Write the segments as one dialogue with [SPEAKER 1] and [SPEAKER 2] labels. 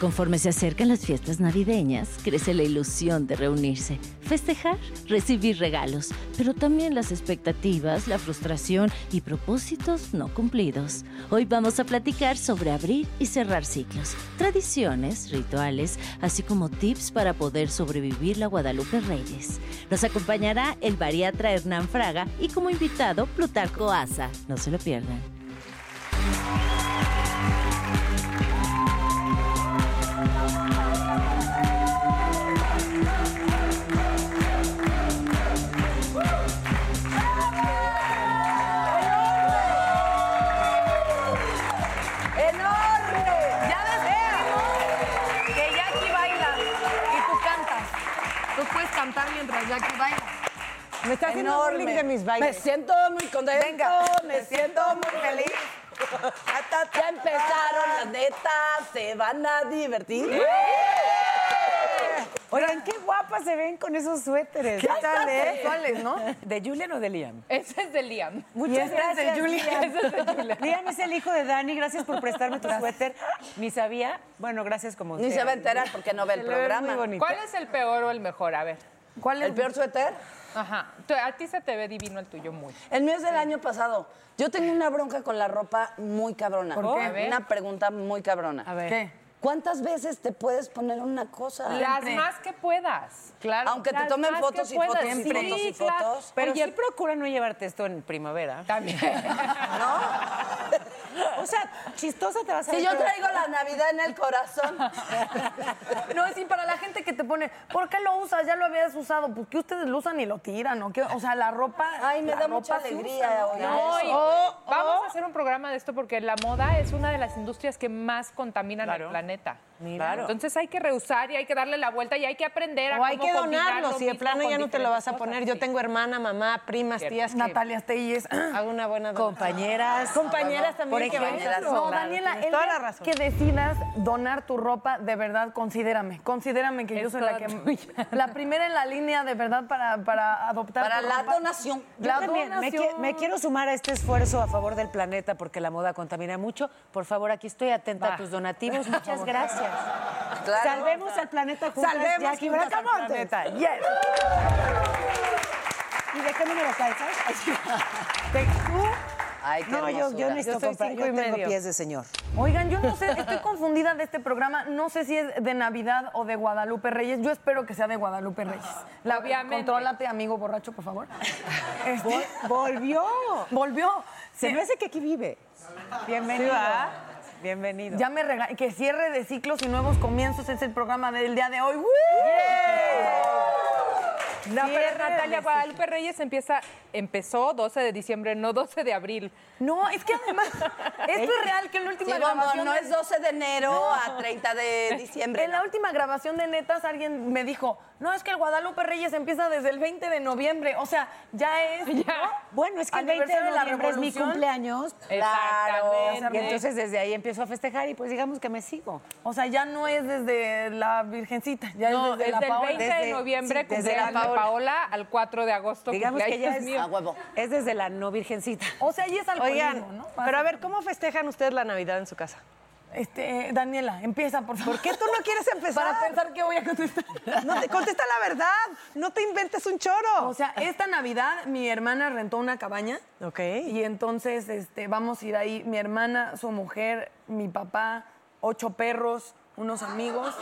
[SPEAKER 1] Conforme se acercan las fiestas navideñas, crece la ilusión de reunirse, festejar, recibir regalos, pero también las expectativas, la frustración y propósitos no cumplidos. Hoy vamos a platicar sobre abrir y cerrar ciclos, tradiciones, rituales, así como tips para poder sobrevivir la Guadalupe Reyes. Nos acompañará el bariatra Hernán Fraga y como invitado Plutarco Asa. No se lo pierdan.
[SPEAKER 2] ¡Enorme! Ya decimos que Jackie baila y tú cantas. Tú puedes cantar mientras Jackie baila.
[SPEAKER 3] Me está haciendo
[SPEAKER 2] Enorme.
[SPEAKER 3] bullying de mis bailes.
[SPEAKER 4] Me siento muy contento,
[SPEAKER 2] Venga.
[SPEAKER 4] me siento muy feliz.
[SPEAKER 2] Ta, ta, ta,
[SPEAKER 4] Ya empezaron las netas, se van a divertir.
[SPEAKER 3] Oigan, qué guapas se ven con esos suéteres.
[SPEAKER 4] ¿Qué tal, eh?
[SPEAKER 3] ¿Cuáles, no? ¿De Julian o de Liam?
[SPEAKER 5] Ese es de Liam.
[SPEAKER 3] Muchas gracias, Julian.
[SPEAKER 5] Ese es de Julian.
[SPEAKER 3] Liam es el hijo de Dani. Gracias por prestarme tu suéter. Ni sabía. Bueno, gracias como
[SPEAKER 4] Ni
[SPEAKER 3] sea.
[SPEAKER 4] se va a enterar porque no ve el
[SPEAKER 3] Se le ve muy
[SPEAKER 4] programa.
[SPEAKER 3] bonita.
[SPEAKER 5] ¿Cuál es el peor o el mejor? A ver.
[SPEAKER 4] ¿El peor suéter?
[SPEAKER 5] Ajá. Tú- A ti se te ve divino el tuyo muy.
[SPEAKER 4] El mío es del año pasado. Yo tengo una bronca con la ropa muy cabrona.
[SPEAKER 5] ¿Por qué? A ver.
[SPEAKER 4] Una pregunta muy cabrona.
[SPEAKER 5] A ver.
[SPEAKER 3] ¿Qué?
[SPEAKER 4] ¿Cuántas veces te puedes poner una cosa?
[SPEAKER 5] Las más que puedas. Claro.
[SPEAKER 4] Aunque te
[SPEAKER 5] Las
[SPEAKER 4] tomen
[SPEAKER 5] más
[SPEAKER 4] fotos
[SPEAKER 5] que
[SPEAKER 4] y fotos
[SPEAKER 5] puedas.
[SPEAKER 4] y
[SPEAKER 5] Sí,
[SPEAKER 4] fotos y
[SPEAKER 5] claro.
[SPEAKER 4] fotos.
[SPEAKER 3] Pero
[SPEAKER 5] Oye,
[SPEAKER 3] sí procura no llevarte esto en primavera.
[SPEAKER 5] también.
[SPEAKER 3] O sea, chistosa te vas a
[SPEAKER 4] Si
[SPEAKER 3] ver,
[SPEAKER 4] yo
[SPEAKER 3] pero-
[SPEAKER 4] traigo la Navidad en el corazón.
[SPEAKER 2] No, sí, para la gente que te pone, ¿por qué lo usas? Ya lo habías usado. Pues que ustedes lo usan y lo tiran, ¿o qué? O sea, la ropa.
[SPEAKER 4] Ay, me
[SPEAKER 2] la
[SPEAKER 4] da mucha
[SPEAKER 2] ropa se
[SPEAKER 4] alegría
[SPEAKER 2] usa,
[SPEAKER 4] Oh, oír
[SPEAKER 2] ¿no?
[SPEAKER 4] eso.
[SPEAKER 5] No, y
[SPEAKER 2] O-
[SPEAKER 5] vamos
[SPEAKER 2] o-
[SPEAKER 5] a hacer un programa de esto porque la moda es una de las industrias que más contaminan el planeta.
[SPEAKER 4] Claro.
[SPEAKER 5] Entonces hay que rehusar y hay que darle la vuelta y hay que aprender a
[SPEAKER 3] O hay
[SPEAKER 5] cómo
[SPEAKER 3] que
[SPEAKER 5] combinar
[SPEAKER 3] donarlo.
[SPEAKER 5] lo
[SPEAKER 3] Si de
[SPEAKER 5] mismo
[SPEAKER 3] plano
[SPEAKER 5] con
[SPEAKER 3] ya no te lo vas a
[SPEAKER 5] diferentes
[SPEAKER 3] poner.
[SPEAKER 5] cosas,
[SPEAKER 3] Yo
[SPEAKER 5] sí.
[SPEAKER 3] tengo hermana, mamá, primas,
[SPEAKER 5] Cierto.
[SPEAKER 3] tías. que
[SPEAKER 2] Natalia Telles.
[SPEAKER 3] Hago una buena dona.
[SPEAKER 2] Compañeras.
[SPEAKER 3] Compañeras también.
[SPEAKER 4] Por
[SPEAKER 3] que vayan.
[SPEAKER 4] ejemplo.
[SPEAKER 2] No, Daniela,
[SPEAKER 3] tienes
[SPEAKER 2] el
[SPEAKER 3] toda
[SPEAKER 2] día
[SPEAKER 3] la razón.
[SPEAKER 2] que decidas donar tu ropa, de verdad, considérame. Considérame que yo
[SPEAKER 5] Es
[SPEAKER 2] soy la
[SPEAKER 5] toda
[SPEAKER 2] que...
[SPEAKER 5] tuya.
[SPEAKER 2] La primera en la línea, de verdad, para, para adoptar
[SPEAKER 4] Para
[SPEAKER 2] tu
[SPEAKER 4] la
[SPEAKER 2] ropa.
[SPEAKER 4] donación. Yo
[SPEAKER 2] La
[SPEAKER 3] Yo también, me, qui-
[SPEAKER 2] donación.
[SPEAKER 3] me quiero sumar a este esfuerzo a favor del planeta porque la moda contamina mucho. Por favor, aquí estoy atenta
[SPEAKER 5] Va.
[SPEAKER 3] a tus donativos. Muchas gracias.
[SPEAKER 4] Claro.
[SPEAKER 3] Salvemos al planeta juntas.
[SPEAKER 2] Salvemos
[SPEAKER 3] Jackie,
[SPEAKER 2] juntas
[SPEAKER 3] juntas
[SPEAKER 2] al planeta. Yes.
[SPEAKER 3] ¿Y de qué número calzas? ¿De tú?
[SPEAKER 4] Ay, qué
[SPEAKER 3] No, yo, yo
[SPEAKER 4] hermosura.
[SPEAKER 3] necesito
[SPEAKER 2] soy
[SPEAKER 3] comprar.
[SPEAKER 2] cinco
[SPEAKER 3] Yo
[SPEAKER 2] y
[SPEAKER 3] tengo
[SPEAKER 2] medio.
[SPEAKER 3] pies de señor.
[SPEAKER 2] Oigan, yo no sé, estoy confundida de este programa. No sé si es de Navidad o de Guadalupe Reyes. Yo espero que sea de Guadalupe Reyes. La,
[SPEAKER 5] Obviamente.
[SPEAKER 2] Contrólate, amigo borracho, por favor. Este,
[SPEAKER 3] Vol- volvió.
[SPEAKER 2] volvió.
[SPEAKER 3] Se me hace que aquí vive. Bienvenido. Bienvenido.
[SPEAKER 2] Ya me rega- Que cierre de ciclos y nuevos comienzos es el programa del día de hoy. ¡Woo!
[SPEAKER 5] No, pero
[SPEAKER 2] Cierre
[SPEAKER 5] Natalia
[SPEAKER 2] de
[SPEAKER 5] Guadalupe Reyes empieza, empezó 12 de diciembre, no 12 de abril. ¿Eh?
[SPEAKER 2] No, es que además, esto es real, que en la
[SPEAKER 4] Sí,
[SPEAKER 2] última
[SPEAKER 4] como
[SPEAKER 2] grabación...
[SPEAKER 4] no
[SPEAKER 2] de-
[SPEAKER 4] es 12 de enero a 30 de diciembre.
[SPEAKER 2] En la última grabación de Netas alguien me dijo, no, es que el Guadalupe Reyes empieza desde el 20 de noviembre. O sea, ya es... ¿no?
[SPEAKER 3] Bueno, es que el 20 de
[SPEAKER 2] Aniversario de la
[SPEAKER 3] noviembre es mi
[SPEAKER 2] Revolución.
[SPEAKER 3] cumpleaños.
[SPEAKER 5] Exactamente.
[SPEAKER 3] Y entonces desde ahí empiezo a festejar y pues digamos que me sigo.
[SPEAKER 2] O sea, ya no es desde la Virgencita, ya
[SPEAKER 5] No,
[SPEAKER 2] es desde
[SPEAKER 5] es
[SPEAKER 2] la
[SPEAKER 5] del
[SPEAKER 2] Paola.
[SPEAKER 5] 20 de
[SPEAKER 3] desde-
[SPEAKER 5] noviembre,
[SPEAKER 3] sí, desde
[SPEAKER 5] cumpleaños
[SPEAKER 3] la
[SPEAKER 5] de
[SPEAKER 3] Paola.
[SPEAKER 5] Paola, al 4 de agosto,
[SPEAKER 3] Digamos que ya
[SPEAKER 5] cumpleaños
[SPEAKER 3] es
[SPEAKER 5] mío.
[SPEAKER 4] A huevo.
[SPEAKER 3] Es desde la no virgencita.
[SPEAKER 2] O sea, ya es alcoholismo,
[SPEAKER 6] Oigan,
[SPEAKER 2] ¿no?
[SPEAKER 6] pero a ver, ¿cómo festejan ustedes la Navidad en su casa?
[SPEAKER 2] Este, Daniela, empieza, por favor.
[SPEAKER 6] ¿Por qué tú no quieres empezar?
[SPEAKER 2] Para pensar que voy a contestar.
[SPEAKER 6] No te contesta la verdad, no te inventes un choro.
[SPEAKER 2] O sea, esta Navidad mi hermana rentó una cabaña.
[SPEAKER 6] Ok.
[SPEAKER 2] Y entonces este, vamos a ir ahí, mi hermana, su mujer, mi papá, ocho perros, unos amigos.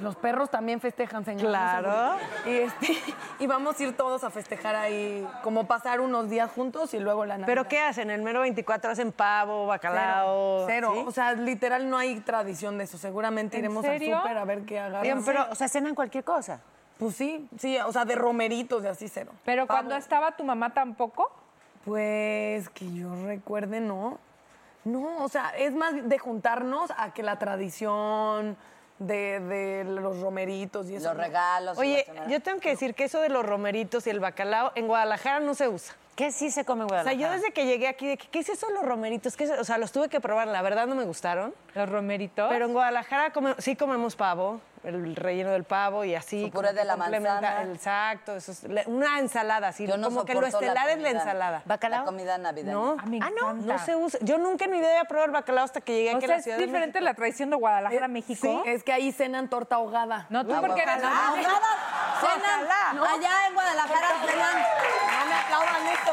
[SPEAKER 2] Los perros también festejan, señor.
[SPEAKER 6] Claro.
[SPEAKER 2] Y, este, y vamos a ir todos a festejar ahí, como pasar unos días juntos y luego la Navidad.
[SPEAKER 6] ¿Pero qué hacen? El mero 24 hacen pavo,
[SPEAKER 2] Cero,
[SPEAKER 6] bacalao.
[SPEAKER 2] cero.
[SPEAKER 6] ¿sí?
[SPEAKER 2] O sea, literal no hay tradición de eso. Seguramente
[SPEAKER 5] ¿En
[SPEAKER 2] iremos
[SPEAKER 5] serio?
[SPEAKER 2] al súper a ver qué agarran.
[SPEAKER 6] Oigan, pero, o sea, cenan cualquier cosa.
[SPEAKER 2] Pues sí, sí, o sea, de romeritos y así cero.
[SPEAKER 5] Pero
[SPEAKER 2] Pavo.
[SPEAKER 5] cuando estaba tu mamá tampoco.
[SPEAKER 2] Pues que yo recuerde, no. No, o sea, es más de juntarnos a que la tradición de, de los romeritos y eso.
[SPEAKER 4] Los
[SPEAKER 2] ¿no?
[SPEAKER 4] regalos.
[SPEAKER 6] Oye,
[SPEAKER 4] la cena.
[SPEAKER 6] yo tengo que decir que eso de los romeritos y el bacalao en Guadalajara no se usa.
[SPEAKER 7] ¿Qué sí se come en
[SPEAKER 6] O sea,
[SPEAKER 7] Guadalajara?
[SPEAKER 6] yo desde que llegué aquí, de que, ¿qué es eso de los romeritos? ¿Qué es eso? O sea, los tuve que probar, la verdad no me gustaron.
[SPEAKER 5] Los romeritos.
[SPEAKER 6] Pero en Guadalajara come- sí comemos pavo, el relleno del pavo y así.
[SPEAKER 4] Su puré
[SPEAKER 6] como
[SPEAKER 4] de
[SPEAKER 6] que
[SPEAKER 4] la
[SPEAKER 6] complementa
[SPEAKER 4] manzana.
[SPEAKER 6] el- exacto, eso es la- una ensalada, sí.
[SPEAKER 4] Yo no
[SPEAKER 6] como que lo
[SPEAKER 4] soporto la
[SPEAKER 6] estelar es la
[SPEAKER 4] comida-
[SPEAKER 6] ensalada.
[SPEAKER 4] ¿Bacalao? la comida navideña.
[SPEAKER 6] No,
[SPEAKER 5] Ah, me
[SPEAKER 6] ah, no,
[SPEAKER 5] encanta.
[SPEAKER 6] no se usa. Yo nunca en mi vida había probado el bacalao hasta que llegué
[SPEAKER 5] o
[SPEAKER 6] aquí a
[SPEAKER 5] sea,
[SPEAKER 6] la
[SPEAKER 5] es
[SPEAKER 6] ciudad. de
[SPEAKER 5] diferente
[SPEAKER 6] México. Eh,
[SPEAKER 5] la tradición de Guadalajara a México.
[SPEAKER 2] Sí, es que ahí cenan torta ahogada.
[SPEAKER 5] No, tú porque eres
[SPEAKER 2] Ojalá.
[SPEAKER 5] Ah,
[SPEAKER 4] Ahogadas, cenan.
[SPEAKER 6] Ojalá.
[SPEAKER 4] ¿no? Allá en Guadalajara cenan. No me aplaudan esto.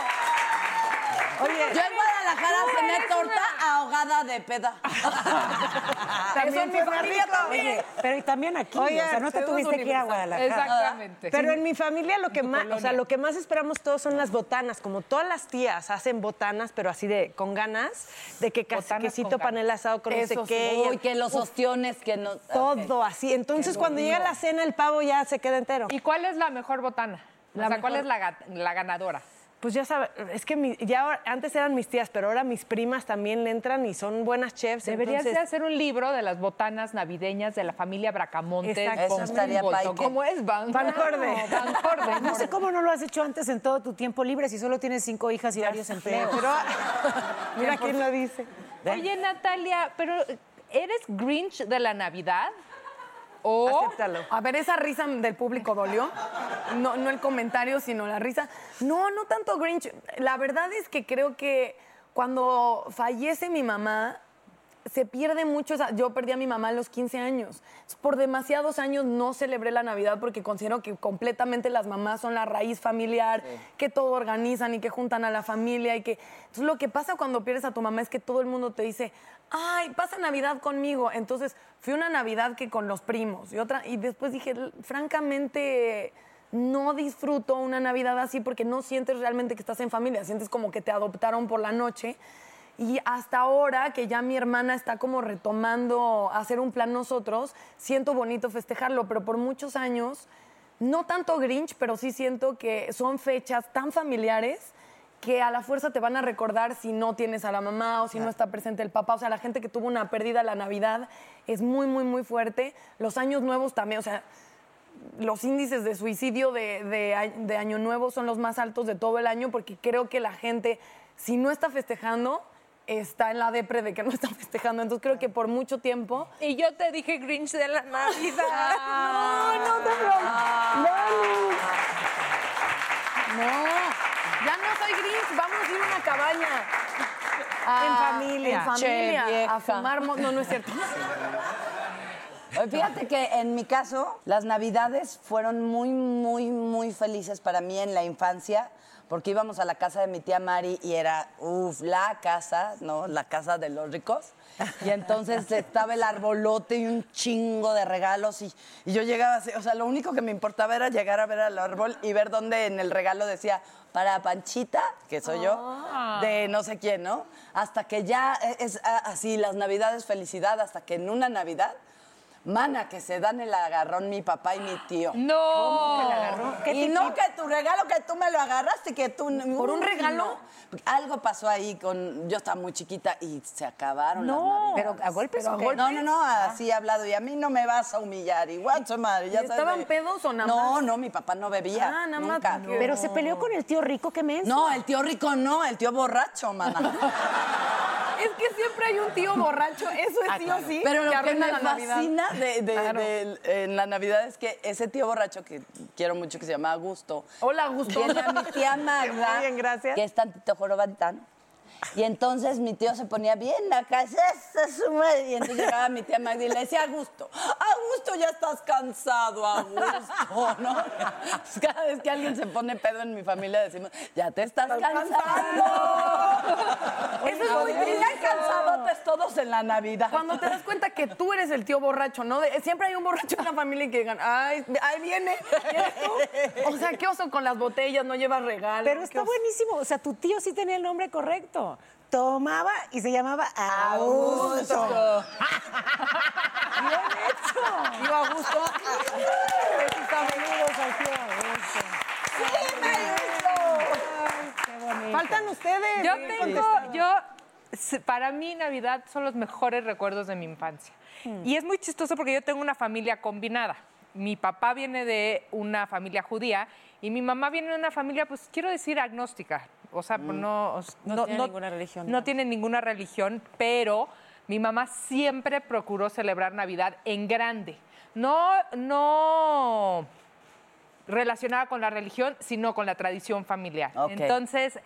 [SPEAKER 6] Oye,
[SPEAKER 4] Yo en Guadalajara
[SPEAKER 5] Tú
[SPEAKER 4] cené
[SPEAKER 5] eres
[SPEAKER 4] torta ahogada de peda.
[SPEAKER 6] También
[SPEAKER 4] Eso en mi
[SPEAKER 6] fue
[SPEAKER 4] familia
[SPEAKER 6] rico.
[SPEAKER 4] también.
[SPEAKER 8] Pero y también aquí,
[SPEAKER 6] Oigan,
[SPEAKER 8] o sea, no te
[SPEAKER 6] según
[SPEAKER 8] tuviste que ir a
[SPEAKER 6] Universal.
[SPEAKER 8] Guadalajara.
[SPEAKER 5] Exactamente.
[SPEAKER 6] Pero en mi familia lo que más, o sea, lo que más esperamos todos son las botanas, como todas las tías hacen botanas, pero así de con ganas, de que cas-
[SPEAKER 5] Botanas
[SPEAKER 6] quesito
[SPEAKER 5] con ganas.
[SPEAKER 6] panela asado con
[SPEAKER 2] Eso
[SPEAKER 6] no
[SPEAKER 2] sí.
[SPEAKER 6] sé qué. y el-
[SPEAKER 4] Uy, que los ostiones que no.
[SPEAKER 6] todo así. Entonces, cuando llega la cena, el pavo ya se queda entero.
[SPEAKER 5] ¿Y cuál es la mejor botana? o sea, ¿cuál es la, ga- la ganadora?
[SPEAKER 6] Pues ya sabes, es que mi- ya ahora- antes eran mis tías, pero ahora mis primas también le entran y son buenas chefs.
[SPEAKER 5] Deberías de
[SPEAKER 6] entonces-
[SPEAKER 5] hacer un libro de las botanas navideñas de la familia Bracamontes.
[SPEAKER 6] Exacto.
[SPEAKER 5] con
[SPEAKER 4] Eso estaría
[SPEAKER 5] Humboldt,
[SPEAKER 4] pa'
[SPEAKER 5] ¿o
[SPEAKER 4] que-
[SPEAKER 5] ¿Cómo es? Van
[SPEAKER 6] Bancorde.
[SPEAKER 5] Bancorde.
[SPEAKER 8] No sé cómo no lo has hecho antes en todo tu tiempo libre si solo tienes cinco hijas y varios empleos.
[SPEAKER 6] Pero,
[SPEAKER 3] ah,
[SPEAKER 6] mira quién lo dice.
[SPEAKER 5] Oye, Natalia, pero ¿eres Grinch de la Navidad? O
[SPEAKER 6] Acéptalo.
[SPEAKER 2] A ver, esa risa del público dolió. No, no el comentario, sino la risa. No, no tanto Grinch. La verdad es que creo que cuando fallece mi mamá, se pierde mucho. esa- Yo perdí a mi mamá a los 15 años. Por demasiados años no celebré la Navidad porque considero que completamente las mamás son la raíz familiar, que todo organizan y que juntan a la familia y que... Entonces lo que pasa cuando pierdes a tu mamá es que todo el mundo te dice, ay, pasa Navidad conmigo. Entonces fui una Navidad que con los primos y otra... Y después dije, "L- francamente... No disfruto una Navidad así porque no sientes realmente que estás en familia, sientes como que te adoptaron por la noche. Y hasta ahora que ya mi hermana está como retomando hacer un plan nosotros, siento bonito festejarlo, pero por muchos años, no tanto Grinch, pero sí siento que son fechas tan familiares que a la fuerza te van a recordar si no tienes a la mamá o si no está presente el papá. O sea, la gente que tuvo una pérdida la Navidad es muy, muy, muy fuerte. Los años nuevos también, o sea, los índices de suicidio de, de a- de Año Nuevo son los más altos de todo el año porque creo que la gente, si no está festejando, está en la depre de que no está festejando. Entonces creo que por mucho tiempo...
[SPEAKER 5] Y yo te dije Grinch de la Navidad.
[SPEAKER 2] No, no te preocupes. Ah. No, ya no soy gris, vamos a ir a una cabaña.
[SPEAKER 4] Ah,
[SPEAKER 2] A-
[SPEAKER 6] En familia.
[SPEAKER 2] Ah, En familia,
[SPEAKER 6] Che, vieja.
[SPEAKER 2] a fumar... mo- No, no es cierto.
[SPEAKER 4] Oye, Eh, Fíjate que en mi caso, las navidades fueron muy, muy, muy felices para mí en la infancia, porque íbamos a la casa de mi tía Mari y era, uff, la casa, ¿no? La casa de los ricos. Y entonces estaba el arbolote y un chingo de regalos y, y yo llegaba así, o sea, lo único que me importaba era llegar a ver al árbol y ver dónde en el regalo decía, para Panchita, que soy yo, de no sé quién, ¿no? Hasta que ya eh, es ah, así, las navidades felicidad, hasta que en una navidad... Mana, que se dan el agarrón mi papá y mi tío.
[SPEAKER 5] No.
[SPEAKER 4] Y no que tu regalo, que tú me lo agarraste, que tú...
[SPEAKER 2] ¿Por un
[SPEAKER 4] Uy,
[SPEAKER 2] regalo?
[SPEAKER 4] no. Algo pasó ahí con... Yo estaba muy chiquita y se acabaron
[SPEAKER 5] No.
[SPEAKER 4] las navidades.
[SPEAKER 5] ¿Pero a golpes
[SPEAKER 4] Pero
[SPEAKER 5] o
[SPEAKER 4] a
[SPEAKER 5] qué?
[SPEAKER 4] golpes. No, no, no,
[SPEAKER 2] Ah.
[SPEAKER 4] así he hablado. Y a mí no me vas a humillar. Igual, su madre, ya
[SPEAKER 2] ¿Y
[SPEAKER 4] sabes
[SPEAKER 2] estaban
[SPEAKER 4] de-
[SPEAKER 2] pedos o nada
[SPEAKER 4] No,
[SPEAKER 2] más?
[SPEAKER 4] no, mi papá no bebía.
[SPEAKER 2] Ah, nada más
[SPEAKER 4] nunca.
[SPEAKER 2] porque-
[SPEAKER 8] Pero se peleó con el tío rico, ¿qué me
[SPEAKER 4] No, el tío rico no, el tío borracho, mana.
[SPEAKER 2] Es que siempre hay un tío borracho, eso es sí o sí.
[SPEAKER 4] Ah, Pero lo que,
[SPEAKER 2] arruina
[SPEAKER 4] me
[SPEAKER 2] la Navidad.
[SPEAKER 4] fascina de, de-
[SPEAKER 2] Claro.
[SPEAKER 4] de- en la Navidad es que ese tío borracho que quiero mucho, que se llama Augusto,
[SPEAKER 2] Hola, Gusto.
[SPEAKER 4] Viene a mi tía Magda.
[SPEAKER 6] Muy bien, gracias.
[SPEAKER 4] Que es tantito jorobantán. Y entonces mi tío se ponía bien acá, esta es su madre. Y entonces llegaba mi tía Magda y le decía, Augusto, Augusto, ya estás cansado, Augusto, ¿no? Pues cada vez que alguien se pone pedo en mi familia decimos, ya te estás cansando.
[SPEAKER 2] Eso es muy
[SPEAKER 4] Augusto.
[SPEAKER 2] triste.
[SPEAKER 4] cansadotes todos en la Navidad.
[SPEAKER 2] Cuando te das cuenta que tú eres el tío borracho, ¿no? De- siempre hay un borracho en la familia y que digan, ay, ahí viene, ¿eres tú? O sea, qué oso con las botellas, no llevas regalos.
[SPEAKER 3] Pero está buenísimo. O sea, tu tío sí tenía el nombre correcto. Tomaba y se llamaba Augusto. Bien hecho.
[SPEAKER 2] Tío Augusto.
[SPEAKER 3] Bienvenidos al tío Augusto.
[SPEAKER 6] Faltan ustedes.
[SPEAKER 5] Yo
[SPEAKER 1] eh,
[SPEAKER 6] Sí,
[SPEAKER 5] tengo, yo, s- para mí Navidad son los mejores recuerdos de mi infancia.
[SPEAKER 1] Hmm.
[SPEAKER 5] Y es muy chistoso porque yo tengo una familia combinada. Mi papá viene de una familia judía y mi mamá viene de una familia, pues quiero decir, agnóstica. O sea, pues, no, os-
[SPEAKER 1] Hmm. No tiene ninguna religión,
[SPEAKER 5] No
[SPEAKER 1] digamos.
[SPEAKER 5] tiene ninguna religión, pero mi mamá siempre procuró celebrar Navidad en grande. No, no relacionada con la religión, sino con la tradición familiar.
[SPEAKER 1] Ok.
[SPEAKER 5] Entonces,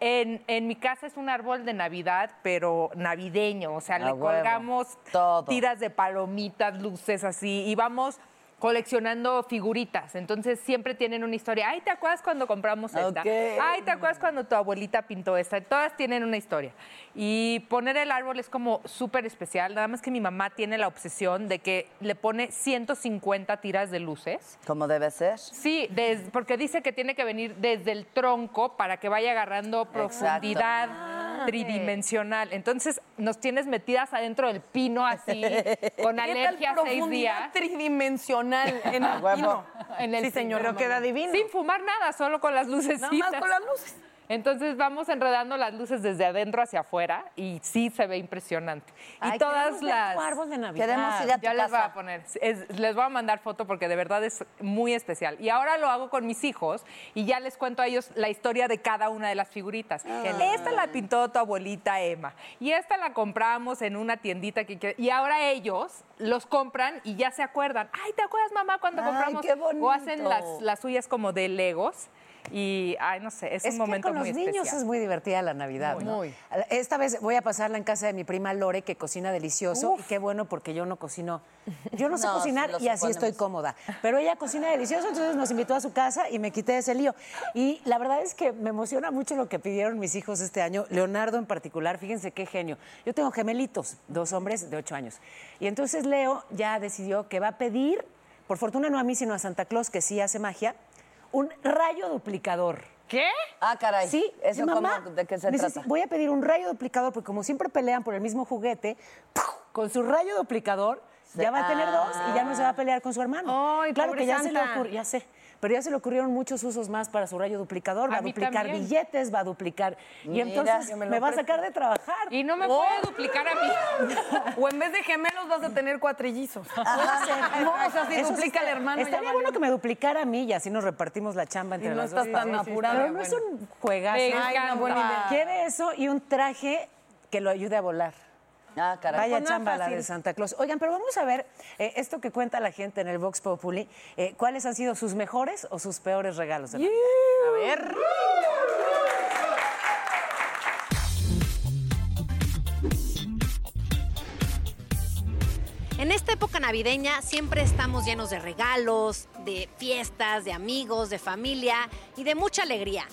[SPEAKER 5] en, en mi casa es un árbol de Navidad, pero navideño, o sea,
[SPEAKER 1] A
[SPEAKER 5] le
[SPEAKER 1] huevo.
[SPEAKER 5] colgamos
[SPEAKER 1] Todo.
[SPEAKER 5] tiras de palomitas, luces así, y vamos coleccionando figuritas. Entonces, siempre tienen una historia. Ay, ¿te acuerdas cuando compramos esta?
[SPEAKER 1] Ok.
[SPEAKER 5] Ay, ¿te acuerdas cuando tu abuelita pintó esta? Todas tienen una historia. Y poner el árbol es como súper especial, nada más que mi mamá tiene la obsesión de que le pone 150 tiras de luces.
[SPEAKER 4] Como debe ser.
[SPEAKER 5] Sí, des- porque dice que tiene que venir desde el tronco para que vaya agarrando profundidad
[SPEAKER 2] Ah,
[SPEAKER 5] tridimensional. Entonces nos tienes metidas adentro del pino así, con
[SPEAKER 2] ¿Qué tal
[SPEAKER 5] alergia seis
[SPEAKER 2] profundidad
[SPEAKER 5] días.
[SPEAKER 2] tridimensional en
[SPEAKER 4] Ah,
[SPEAKER 2] el pino?
[SPEAKER 5] En el
[SPEAKER 2] sí, señor.
[SPEAKER 5] pino. Sin fumar nada, solo con las lucecitas.
[SPEAKER 2] Nada más con las luces.
[SPEAKER 5] Entonces vamos enredando las luces desde adentro hacia afuera y sí se ve impresionante. y todas las
[SPEAKER 3] árbol de Navidad.
[SPEAKER 4] Queremos ir a tu
[SPEAKER 5] yo les voy
[SPEAKER 4] casa.
[SPEAKER 5] a poner, es- les voy a mandar foto porque de verdad es muy especial. Y ahora lo hago con mis hijos y ya les cuento a ellos la historia de cada una de las figuritas.
[SPEAKER 3] Ah.
[SPEAKER 5] Esta la pintó tu abuelita Emma y esta la compramos en una tiendita que que- y ahora ellos los compran y ya se acuerdan. Ay, ¿te acuerdas mamá cuando
[SPEAKER 4] Ay,
[SPEAKER 5] compramos?
[SPEAKER 4] qué
[SPEAKER 5] o hacen
[SPEAKER 4] bonito.
[SPEAKER 5] las, las suyas como de legos y ay no sé, es,
[SPEAKER 3] Es
[SPEAKER 5] un
[SPEAKER 3] que
[SPEAKER 5] momento
[SPEAKER 3] con los
[SPEAKER 5] muy
[SPEAKER 3] niños
[SPEAKER 5] especial.
[SPEAKER 3] es muy divertida la Navidad, ¿no? Esta vez voy a pasarla en casa de mi prima Lore, que cocina delicioso. Y qué bueno, porque yo no cocino. Yo no sé
[SPEAKER 4] No, sí
[SPEAKER 3] cocinar
[SPEAKER 4] lo
[SPEAKER 3] y así
[SPEAKER 4] suponemos.
[SPEAKER 3] estoy cómoda. Pero ella cocina delicioso, entonces nos invitó a su casa y me quité ese lío. Y la verdad es que me emociona mucho lo que pidieron mis hijos este año. Leonardo en particular, fíjense qué genio. Yo tengo gemelitos, dos hombres de ocho años. Y entonces Leo ya decidió que va a pedir, por fortuna no a mí, sino a Santa Claus, que sí hace magia, un rayo duplicador.
[SPEAKER 5] ¿Qué?
[SPEAKER 4] Ah, caray.
[SPEAKER 3] Sí,
[SPEAKER 4] ¿Eso
[SPEAKER 3] mi mamá,
[SPEAKER 4] cómo- de qué se
[SPEAKER 3] necesi-
[SPEAKER 4] trata?
[SPEAKER 3] Voy a pedir un rayo duplicador, porque como siempre pelean por el mismo juguete, ¡puf! con su rayo duplicador ya va a tener dos y ya no
[SPEAKER 4] Ah.
[SPEAKER 3] se va a pelear con su hermano.
[SPEAKER 6] Ay,
[SPEAKER 3] claro
[SPEAKER 6] pobre
[SPEAKER 3] que ya se le
[SPEAKER 6] Santa.
[SPEAKER 3] ocurrió, ya sé. Pero ya se le ocurrieron muchos usos más para su rayo duplicador. Va
[SPEAKER 5] A
[SPEAKER 3] a,
[SPEAKER 5] mí
[SPEAKER 3] duplicar
[SPEAKER 5] también.
[SPEAKER 3] billetes, va a duplicar. Y
[SPEAKER 4] Mira,
[SPEAKER 3] entonces
[SPEAKER 4] yo
[SPEAKER 3] me,
[SPEAKER 4] me lo
[SPEAKER 3] va a
[SPEAKER 4] presto.
[SPEAKER 3] sacar de trabajar.
[SPEAKER 5] Y no me puede duplicar a mí.
[SPEAKER 2] O en vez de gemelos vas a tener cuatrillizos.
[SPEAKER 3] Puede ser.
[SPEAKER 2] No, o sea, si
[SPEAKER 3] Eso Ah, sí
[SPEAKER 2] duplica
[SPEAKER 3] está-
[SPEAKER 2] al hermano. ya
[SPEAKER 3] Estaría
[SPEAKER 2] valió.
[SPEAKER 3] bueno que me duplicara a mí y así nos repartimos la chamba entre
[SPEAKER 2] no
[SPEAKER 3] las dos.
[SPEAKER 2] estás tan
[SPEAKER 3] Sí, sí, sí,
[SPEAKER 2] apurada,
[SPEAKER 3] Pero no es
[SPEAKER 2] bueno.
[SPEAKER 3] un juegazo.
[SPEAKER 5] Me
[SPEAKER 3] Ay,
[SPEAKER 5] encanta.
[SPEAKER 3] Quiere eso y un traje que lo ayude a volar.
[SPEAKER 4] Ah, caray.
[SPEAKER 3] Vaya
[SPEAKER 4] Pues nada
[SPEAKER 3] chamba la
[SPEAKER 4] fácil.
[SPEAKER 3] de Santa Claus. Oigan, pero vamos a ver eh, esto que cuenta la gente en el Vox Populi. eh, ¿Cuáles han sido sus mejores o sus peores regalos? de Navidad?
[SPEAKER 6] A ver.
[SPEAKER 9] En esta época navideña siempre estamos llenos de regalos, de fiestas, de amigos, de familia y de mucha alegría.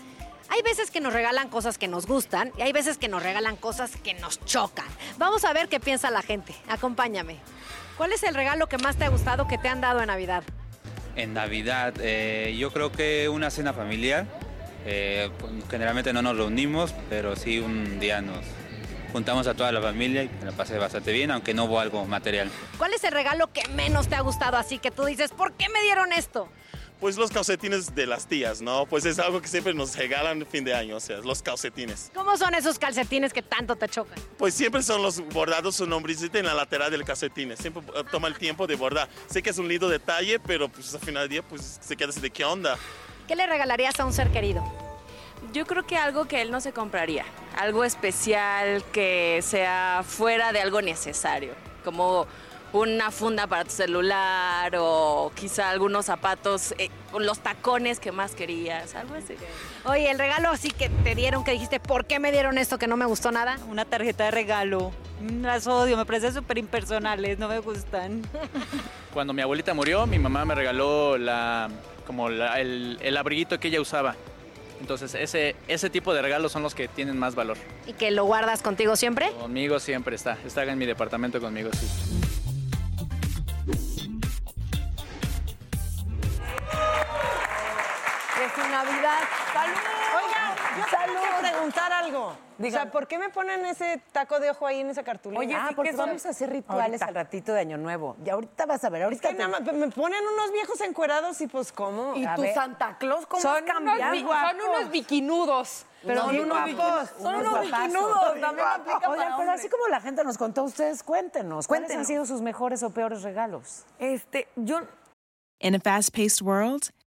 [SPEAKER 9] Hay veces que nos regalan cosas que nos gustan y hay veces que nos regalan cosas que nos chocan. Vamos a ver qué piensa la gente. Acompáñame. ¿Cuál es el regalo que más te ha gustado que te han dado en Navidad?
[SPEAKER 10] En Navidad, eh, yo creo que una cena familiar. eh, generalmente no nos reunimos, pero sí un día nos juntamos a toda la familia y me la pasé bastante bien, aunque no hubo algo material.
[SPEAKER 9] ¿Cuál es el regalo que menos te ha gustado así que tú dices, ¿por qué me dieron esto?
[SPEAKER 11] Pues los calcetines de las tías, ¿no? Pues es algo que siempre nos regalan fin de año, o sea, los calcetines.
[SPEAKER 9] ¿Cómo son esos calcetines que tanto te chocan?
[SPEAKER 11] Pues siempre son los bordados su nombrecito en la lateral del calcetín. Siempre eh, toma el tiempo de bordar. Sé que es un lindo detalle, pero pues al final del día pues se queda así de qué onda.
[SPEAKER 9] ¿Qué le regalarías a un ser querido?
[SPEAKER 12] Yo creo que algo que él no se compraría, algo especial que sea fuera de algo necesario, como
[SPEAKER 13] una funda para tu celular o quizá algunos zapatos eh, con los tacones que más querías, algo así.
[SPEAKER 9] Oye, el regalo así que te dieron, que dijiste, ¿por qué me dieron esto que no me gustó nada?
[SPEAKER 14] Una tarjeta de regalo. Mm, Las odio, me parecen súper impersonales, no me gustan.
[SPEAKER 15] Cuando mi abuelita murió, mi mamá me regaló la, como la- el, el abriguito que ella usaba. Entonces, ese, ese tipo de regalos son los que tienen más valor.
[SPEAKER 9] ¿Y que lo guardas contigo siempre?
[SPEAKER 15] Conmigo siempre está. Está en mi departamento conmigo, sí.
[SPEAKER 6] Que su Navidad. ¡Salud! Oiga, yo ¡Salud! quiero preguntar algo. O sea, ¿por qué me ponen ese taco de ojo ahí en esa cartulina?
[SPEAKER 8] Oye, ah, porque vamos a hacer rituales
[SPEAKER 6] Ahorita.
[SPEAKER 8] al ratito de Año Nuevo. Y ahorita vas a ver,
[SPEAKER 6] Es
[SPEAKER 8] ahorita
[SPEAKER 6] que nada
[SPEAKER 8] te-
[SPEAKER 6] más me ponen unos viejos encuerados y pues, ¿cómo?
[SPEAKER 8] Y tu
[SPEAKER 2] Santa Claus, ¿cómo
[SPEAKER 6] son
[SPEAKER 2] has cambiado?
[SPEAKER 6] Unos,
[SPEAKER 2] Guapos.
[SPEAKER 6] Son unos
[SPEAKER 13] biquinudos.
[SPEAKER 6] Pero
[SPEAKER 8] No,
[SPEAKER 6] son unos
[SPEAKER 8] guapos,
[SPEAKER 6] biquinudos. Son unos
[SPEAKER 8] guapazos.
[SPEAKER 6] biquinudos. También aplica para
[SPEAKER 8] Oigan, pero
[SPEAKER 6] hombres.
[SPEAKER 8] así como la gente nos contó, ustedes cuéntenos. ¿Cuáles han
[SPEAKER 6] Cuéntenos.
[SPEAKER 8] sido sus mejores o peores regalos?
[SPEAKER 2] Este, yo
[SPEAKER 16] In a fast paced world,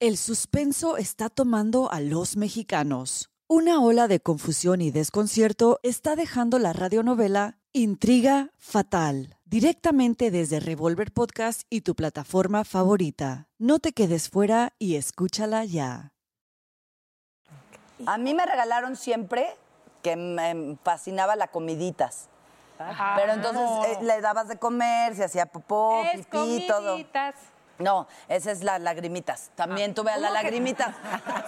[SPEAKER 17] El suspenso está tomando a los mexicanos. Una ola de confusión y desconcierto está dejando la radionovela Intriga Fatal, directamente desde Revolver Podcast y tu plataforma favorita. No te quedes fuera y escúchala ya.
[SPEAKER 4] A mí me regalaron siempre que me fascinaba la comiditas. Pero entonces eh, le dabas de comer, se hacía popó,
[SPEAKER 13] Ah. Es
[SPEAKER 4] pipí, todo.
[SPEAKER 13] comiditas. Ah.
[SPEAKER 4] No, esa es la lagrimitas. También tuve a la
[SPEAKER 13] ¿Cómo que-
[SPEAKER 4] lagrimitas.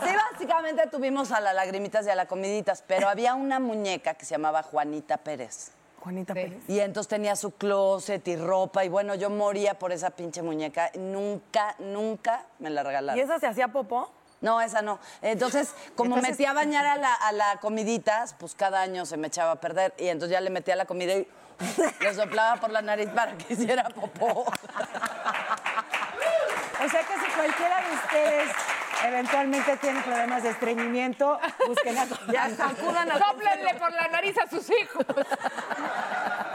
[SPEAKER 4] Sí, básicamente tuvimos a la lagrimitas y a la comiditas, pero había una muñeca que se llamaba Juanita Pérez.
[SPEAKER 2] Juanita Pérez.
[SPEAKER 4] Y entonces tenía su closet y ropa y bueno, yo moría por esa pinche muñeca. Nunca, nunca me la regalaron.
[SPEAKER 2] ¿Y esa se hacía popó?
[SPEAKER 4] No, esa no. Entonces, como
[SPEAKER 2] Entonces-
[SPEAKER 4] metía a bañar a la, a la comiditas, pues cada año se me echaba a perder. Y entonces ya le metía la comida y le soplaba por la nariz para que hiciera popó.
[SPEAKER 8] O sea que si cualquiera de ustedes eventualmente tiene problemas de estreñimiento, busquen a...
[SPEAKER 13] Sóplenle por la nariz a sus hijos.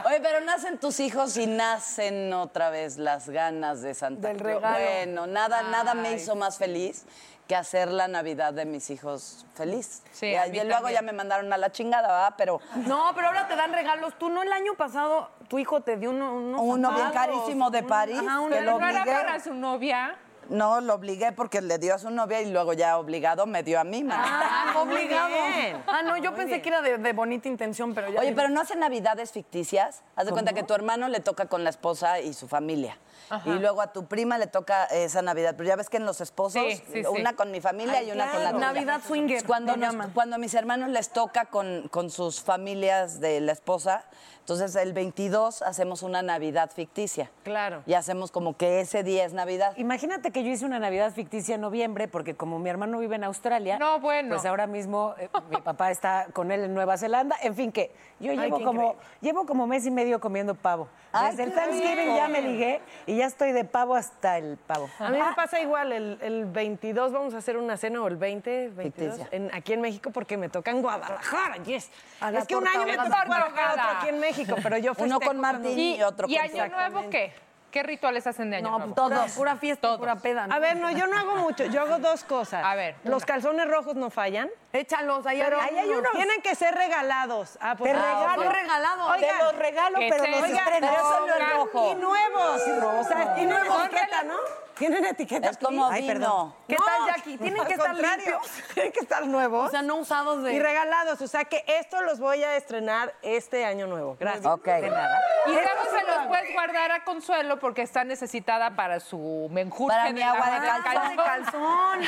[SPEAKER 4] Oye, pero nacen tus hijos y nacen otra vez las ganas de Santa
[SPEAKER 2] Del
[SPEAKER 4] Claus.
[SPEAKER 2] regalo.
[SPEAKER 4] Bueno, nada, nada me
[SPEAKER 2] Ay.
[SPEAKER 4] hizo más feliz que hacer la Navidad de mis hijos feliz.
[SPEAKER 2] Sí,
[SPEAKER 4] y
[SPEAKER 2] a
[SPEAKER 4] ahí-
[SPEAKER 2] mí
[SPEAKER 4] luego
[SPEAKER 2] también.
[SPEAKER 4] ya me mandaron a la chingada, ¿verdad? Pero
[SPEAKER 2] No, pero ahora te dan regalos. Tú no el año pasado, tu hijo te dio uno, unos
[SPEAKER 4] Uno bien
[SPEAKER 2] zapatos,
[SPEAKER 4] carísimo de
[SPEAKER 2] un-
[SPEAKER 4] París,
[SPEAKER 2] ajá, un-
[SPEAKER 4] que lo
[SPEAKER 2] ¿No era
[SPEAKER 4] obligué.
[SPEAKER 2] para
[SPEAKER 13] su novia?
[SPEAKER 4] No, lo obligué porque le dio a su novia y luego ya obligado me dio a mí. man.
[SPEAKER 2] Ah,
[SPEAKER 4] Muy
[SPEAKER 2] obligado.
[SPEAKER 4] bien.
[SPEAKER 2] Ah, no, yo pensé que era de, de bonita intención, pero ya.
[SPEAKER 4] Oye, pero no hacen navidades ficticias. Haz de cuenta que tu hermano le toca con la esposa y su familia.
[SPEAKER 2] Ajá.
[SPEAKER 4] Y luego a tu prima le toca esa Navidad. Pero ya ves que en los esposos,
[SPEAKER 2] Sí, sí, sí.
[SPEAKER 4] una con mi familia
[SPEAKER 2] Ay,
[SPEAKER 4] y una con la
[SPEAKER 2] claro.
[SPEAKER 4] tuya.
[SPEAKER 2] Navidad swinger,
[SPEAKER 4] Cuando,
[SPEAKER 2] le
[SPEAKER 4] nos-
[SPEAKER 2] llaman.
[SPEAKER 4] cuando a mis hermanos les toca con, con sus familias de la esposa, entonces el 22 hacemos una Navidad ficticia.
[SPEAKER 8] Claro.
[SPEAKER 4] Y hacemos como que ese día es Navidad.
[SPEAKER 8] Imagínate que yo hice una Navidad ficticia en noviembre, porque como mi hermano vive en Australia, no, bueno. pues ahora mismo eh, mi papá está con él en Nueva Zelanda. En fin, que yo
[SPEAKER 3] Ay,
[SPEAKER 8] llevo
[SPEAKER 3] qué
[SPEAKER 8] como, llevo como mes y medio comiendo pavo.
[SPEAKER 3] Ay,
[SPEAKER 8] Desde el
[SPEAKER 3] qué
[SPEAKER 8] Thanksgiving
[SPEAKER 3] rico.
[SPEAKER 8] ya me ligué y ya estoy de pavo hasta el pavo.
[SPEAKER 6] A mí me pasa igual, el, el 22 vamos a hacer una cena o el 20, 22,
[SPEAKER 8] Ficticia.
[SPEAKER 6] en- aquí en México porque me toca en Guadalajara, yes.
[SPEAKER 8] A la
[SPEAKER 6] Es que un año me
[SPEAKER 8] torta
[SPEAKER 6] toca en
[SPEAKER 8] ahogada.
[SPEAKER 6] Guadalajara, otro aquí en México, pero yo festejo
[SPEAKER 5] ¿Y año nuevo qué? ¿Qué rituales hacen de año nuevo?
[SPEAKER 6] pura fiesta, pura peda. A ver, no, yo no hago mucho, yo hago dos cosas. A ver. Los calzones rojos no fallan.
[SPEAKER 2] Échalos, ahí hay
[SPEAKER 6] pero
[SPEAKER 2] unos.
[SPEAKER 6] ahí hay unos. Tienen que ser regalados. Ah,
[SPEAKER 2] Te
[SPEAKER 6] ah,
[SPEAKER 2] regalo.
[SPEAKER 6] ok.
[SPEAKER 2] Son regalados.
[SPEAKER 6] Oigan,
[SPEAKER 2] Te los regalo,
[SPEAKER 6] que
[SPEAKER 2] pero
[SPEAKER 6] se-
[SPEAKER 2] los
[SPEAKER 6] oigan,
[SPEAKER 2] estrenos.
[SPEAKER 6] pero solo el
[SPEAKER 2] Oigan,
[SPEAKER 6] rojo.
[SPEAKER 2] y
[SPEAKER 6] Y nuevos.
[SPEAKER 2] nuevos.
[SPEAKER 6] O sea,
[SPEAKER 2] Y
[SPEAKER 6] tienen
[SPEAKER 2] nuevos.
[SPEAKER 6] etiqueta, ¿no? Tienen etiqueta.
[SPEAKER 4] Es como
[SPEAKER 6] aquí.
[SPEAKER 4] vino.
[SPEAKER 6] perdón.
[SPEAKER 2] ¿Qué
[SPEAKER 6] No,
[SPEAKER 2] tal, Jackie? Tienen
[SPEAKER 6] al
[SPEAKER 2] que estar
[SPEAKER 6] contrario.
[SPEAKER 2] limpios.
[SPEAKER 6] Tienen que estar nuevos.
[SPEAKER 2] O sea, no usados de-
[SPEAKER 6] Y regalados. O sea, que esto los voy a estrenar este año nuevo. Gracias.
[SPEAKER 4] Ok.
[SPEAKER 6] De nada.
[SPEAKER 5] Y
[SPEAKER 6] Esto
[SPEAKER 5] luego
[SPEAKER 6] sí
[SPEAKER 5] se
[SPEAKER 6] lo
[SPEAKER 5] los
[SPEAKER 6] hago.
[SPEAKER 5] puedes guardar a Consuelo porque está necesitada para su menjurje
[SPEAKER 4] Para mi agua de
[SPEAKER 5] calzón.
[SPEAKER 4] calzón.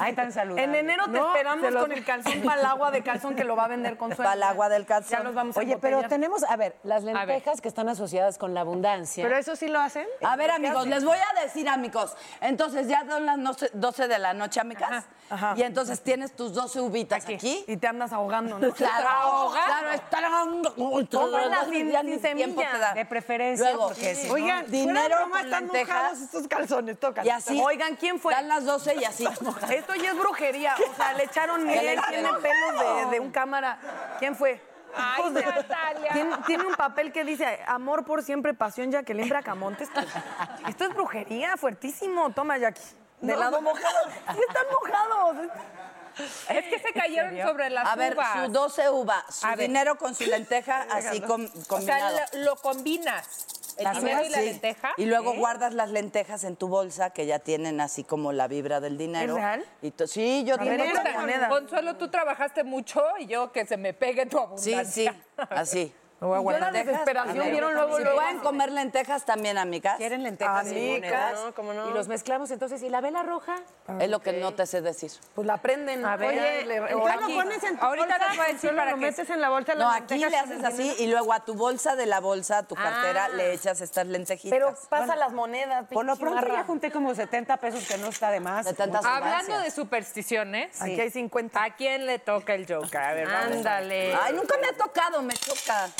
[SPEAKER 3] Ay, tan saludable.
[SPEAKER 2] En enero te
[SPEAKER 3] No,
[SPEAKER 2] esperamos
[SPEAKER 3] se los-
[SPEAKER 2] con el calzón para el agua de calzón que lo va a vender con
[SPEAKER 3] Para el agua
[SPEAKER 4] del calzón.
[SPEAKER 2] Ya los vamos a
[SPEAKER 3] Oye, pero
[SPEAKER 2] embotellar.
[SPEAKER 3] tenemos, a ver, las
[SPEAKER 2] ver.
[SPEAKER 3] lentejas que están asociadas con la abundancia.
[SPEAKER 4] Pero
[SPEAKER 3] eso sí lo hacen.
[SPEAKER 4] A ver, amigos, les voy a decir, amigos. Entonces, ya son las noce- 12 de la noche, amigas. Y entonces tienes tus 12 uvitas aquí. Y
[SPEAKER 2] te andas ahogando, ¿no?
[SPEAKER 4] Claro,
[SPEAKER 2] Ahogando.
[SPEAKER 4] claro, están ahogando.
[SPEAKER 2] Cómprenlas sin-
[SPEAKER 4] Ya
[SPEAKER 2] sin
[SPEAKER 4] ni tiempo
[SPEAKER 2] semilla.
[SPEAKER 4] te da.
[SPEAKER 2] De preferencia,
[SPEAKER 4] Luego,
[SPEAKER 2] porque si no-
[SPEAKER 4] Oigan,
[SPEAKER 2] Fuera de
[SPEAKER 4] dinero
[SPEAKER 2] broma,
[SPEAKER 4] con
[SPEAKER 2] están
[SPEAKER 4] lentejas.
[SPEAKER 2] mojados estos calzones, tocan.
[SPEAKER 4] Y así.
[SPEAKER 2] Oigan, ¿quién fue?
[SPEAKER 4] Dan las 12 y así.
[SPEAKER 2] Esto ya es brujería. O sea, le echaron
[SPEAKER 4] Ya le
[SPEAKER 2] miel,
[SPEAKER 4] echaron.
[SPEAKER 2] tiene pelos de, de un cámara. ¿Quién fue?
[SPEAKER 5] Ay,
[SPEAKER 2] Hijos de-
[SPEAKER 5] Natalia.
[SPEAKER 2] Tiene, tiene un papel que dice amor por siempre, pasión Jacqueline Bracamontes. Esto es brujería, fuertísimo. Toma, Jackie. De
[SPEAKER 4] No,
[SPEAKER 2] lado
[SPEAKER 4] no.
[SPEAKER 2] mojado. Sí, están mojados.
[SPEAKER 5] Es que se cayeron sobre las
[SPEAKER 4] A ver,
[SPEAKER 5] uvas.
[SPEAKER 4] su 12 uva, su
[SPEAKER 5] A ver.
[SPEAKER 4] dinero con su lenteja así com-
[SPEAKER 5] O sea,
[SPEAKER 4] combinado.
[SPEAKER 5] lo, lo combinas. El
[SPEAKER 4] Las
[SPEAKER 5] dinero
[SPEAKER 4] uvas,
[SPEAKER 5] y la
[SPEAKER 4] sí.
[SPEAKER 5] lenteja.
[SPEAKER 4] Y luego
[SPEAKER 5] ¿eh?
[SPEAKER 4] guardas las lentejas en tu bolsa que ya tienen así como la vibra del dinero.
[SPEAKER 5] ¿Es real?
[SPEAKER 4] Y tú- sí, yo
[SPEAKER 5] A ver,
[SPEAKER 4] tengo
[SPEAKER 5] esta,
[SPEAKER 4] otra moneda.
[SPEAKER 5] Consuelo, tú trabajaste mucho y yo que se me pegue tu
[SPEAKER 4] Sí,
[SPEAKER 5] abundancia.
[SPEAKER 4] sí, así.
[SPEAKER 5] a guardar. Yo la desesperación,
[SPEAKER 4] a ver,
[SPEAKER 5] vieron luego,
[SPEAKER 4] si
[SPEAKER 5] luego.
[SPEAKER 4] pueden comer lentejas también, amigas.
[SPEAKER 3] ¿Quieren lentejas y monedas?
[SPEAKER 4] Amigas.
[SPEAKER 3] Y los mezclamos entonces. ¿Y la vela roja?
[SPEAKER 4] Es lo que no te sé decir.
[SPEAKER 2] Pues la prenden.
[SPEAKER 3] A ver,
[SPEAKER 2] Oye,
[SPEAKER 3] le-
[SPEAKER 2] entonces
[SPEAKER 3] aquí.
[SPEAKER 2] lo pones en tu
[SPEAKER 3] Ahorita
[SPEAKER 2] bolsa,
[SPEAKER 3] les voy a decir
[SPEAKER 2] solo
[SPEAKER 3] para
[SPEAKER 2] lo
[SPEAKER 3] qué.
[SPEAKER 2] metes en la bolsa. las
[SPEAKER 4] No, aquí
[SPEAKER 2] lentejas
[SPEAKER 4] le
[SPEAKER 2] con
[SPEAKER 4] haces
[SPEAKER 2] el
[SPEAKER 4] así
[SPEAKER 2] dinero.
[SPEAKER 4] y luego a tu bolsa de la bolsa, a tu cartera,
[SPEAKER 2] Ah.
[SPEAKER 4] le echas estas lentejitas.
[SPEAKER 2] Pero pasa las monedas.
[SPEAKER 3] Por lo
[SPEAKER 2] pinche
[SPEAKER 3] pronto
[SPEAKER 2] barra.
[SPEAKER 3] ya junté como 70 pesos que no está de más. Ah,
[SPEAKER 5] Hablando de supersticiones,
[SPEAKER 3] Aquí hay
[SPEAKER 5] 50. ¿A quién le toca el Joker? A ver, vamos a ver.
[SPEAKER 3] Ándale.
[SPEAKER 4] Ay, nunca me ha tocado, me choca.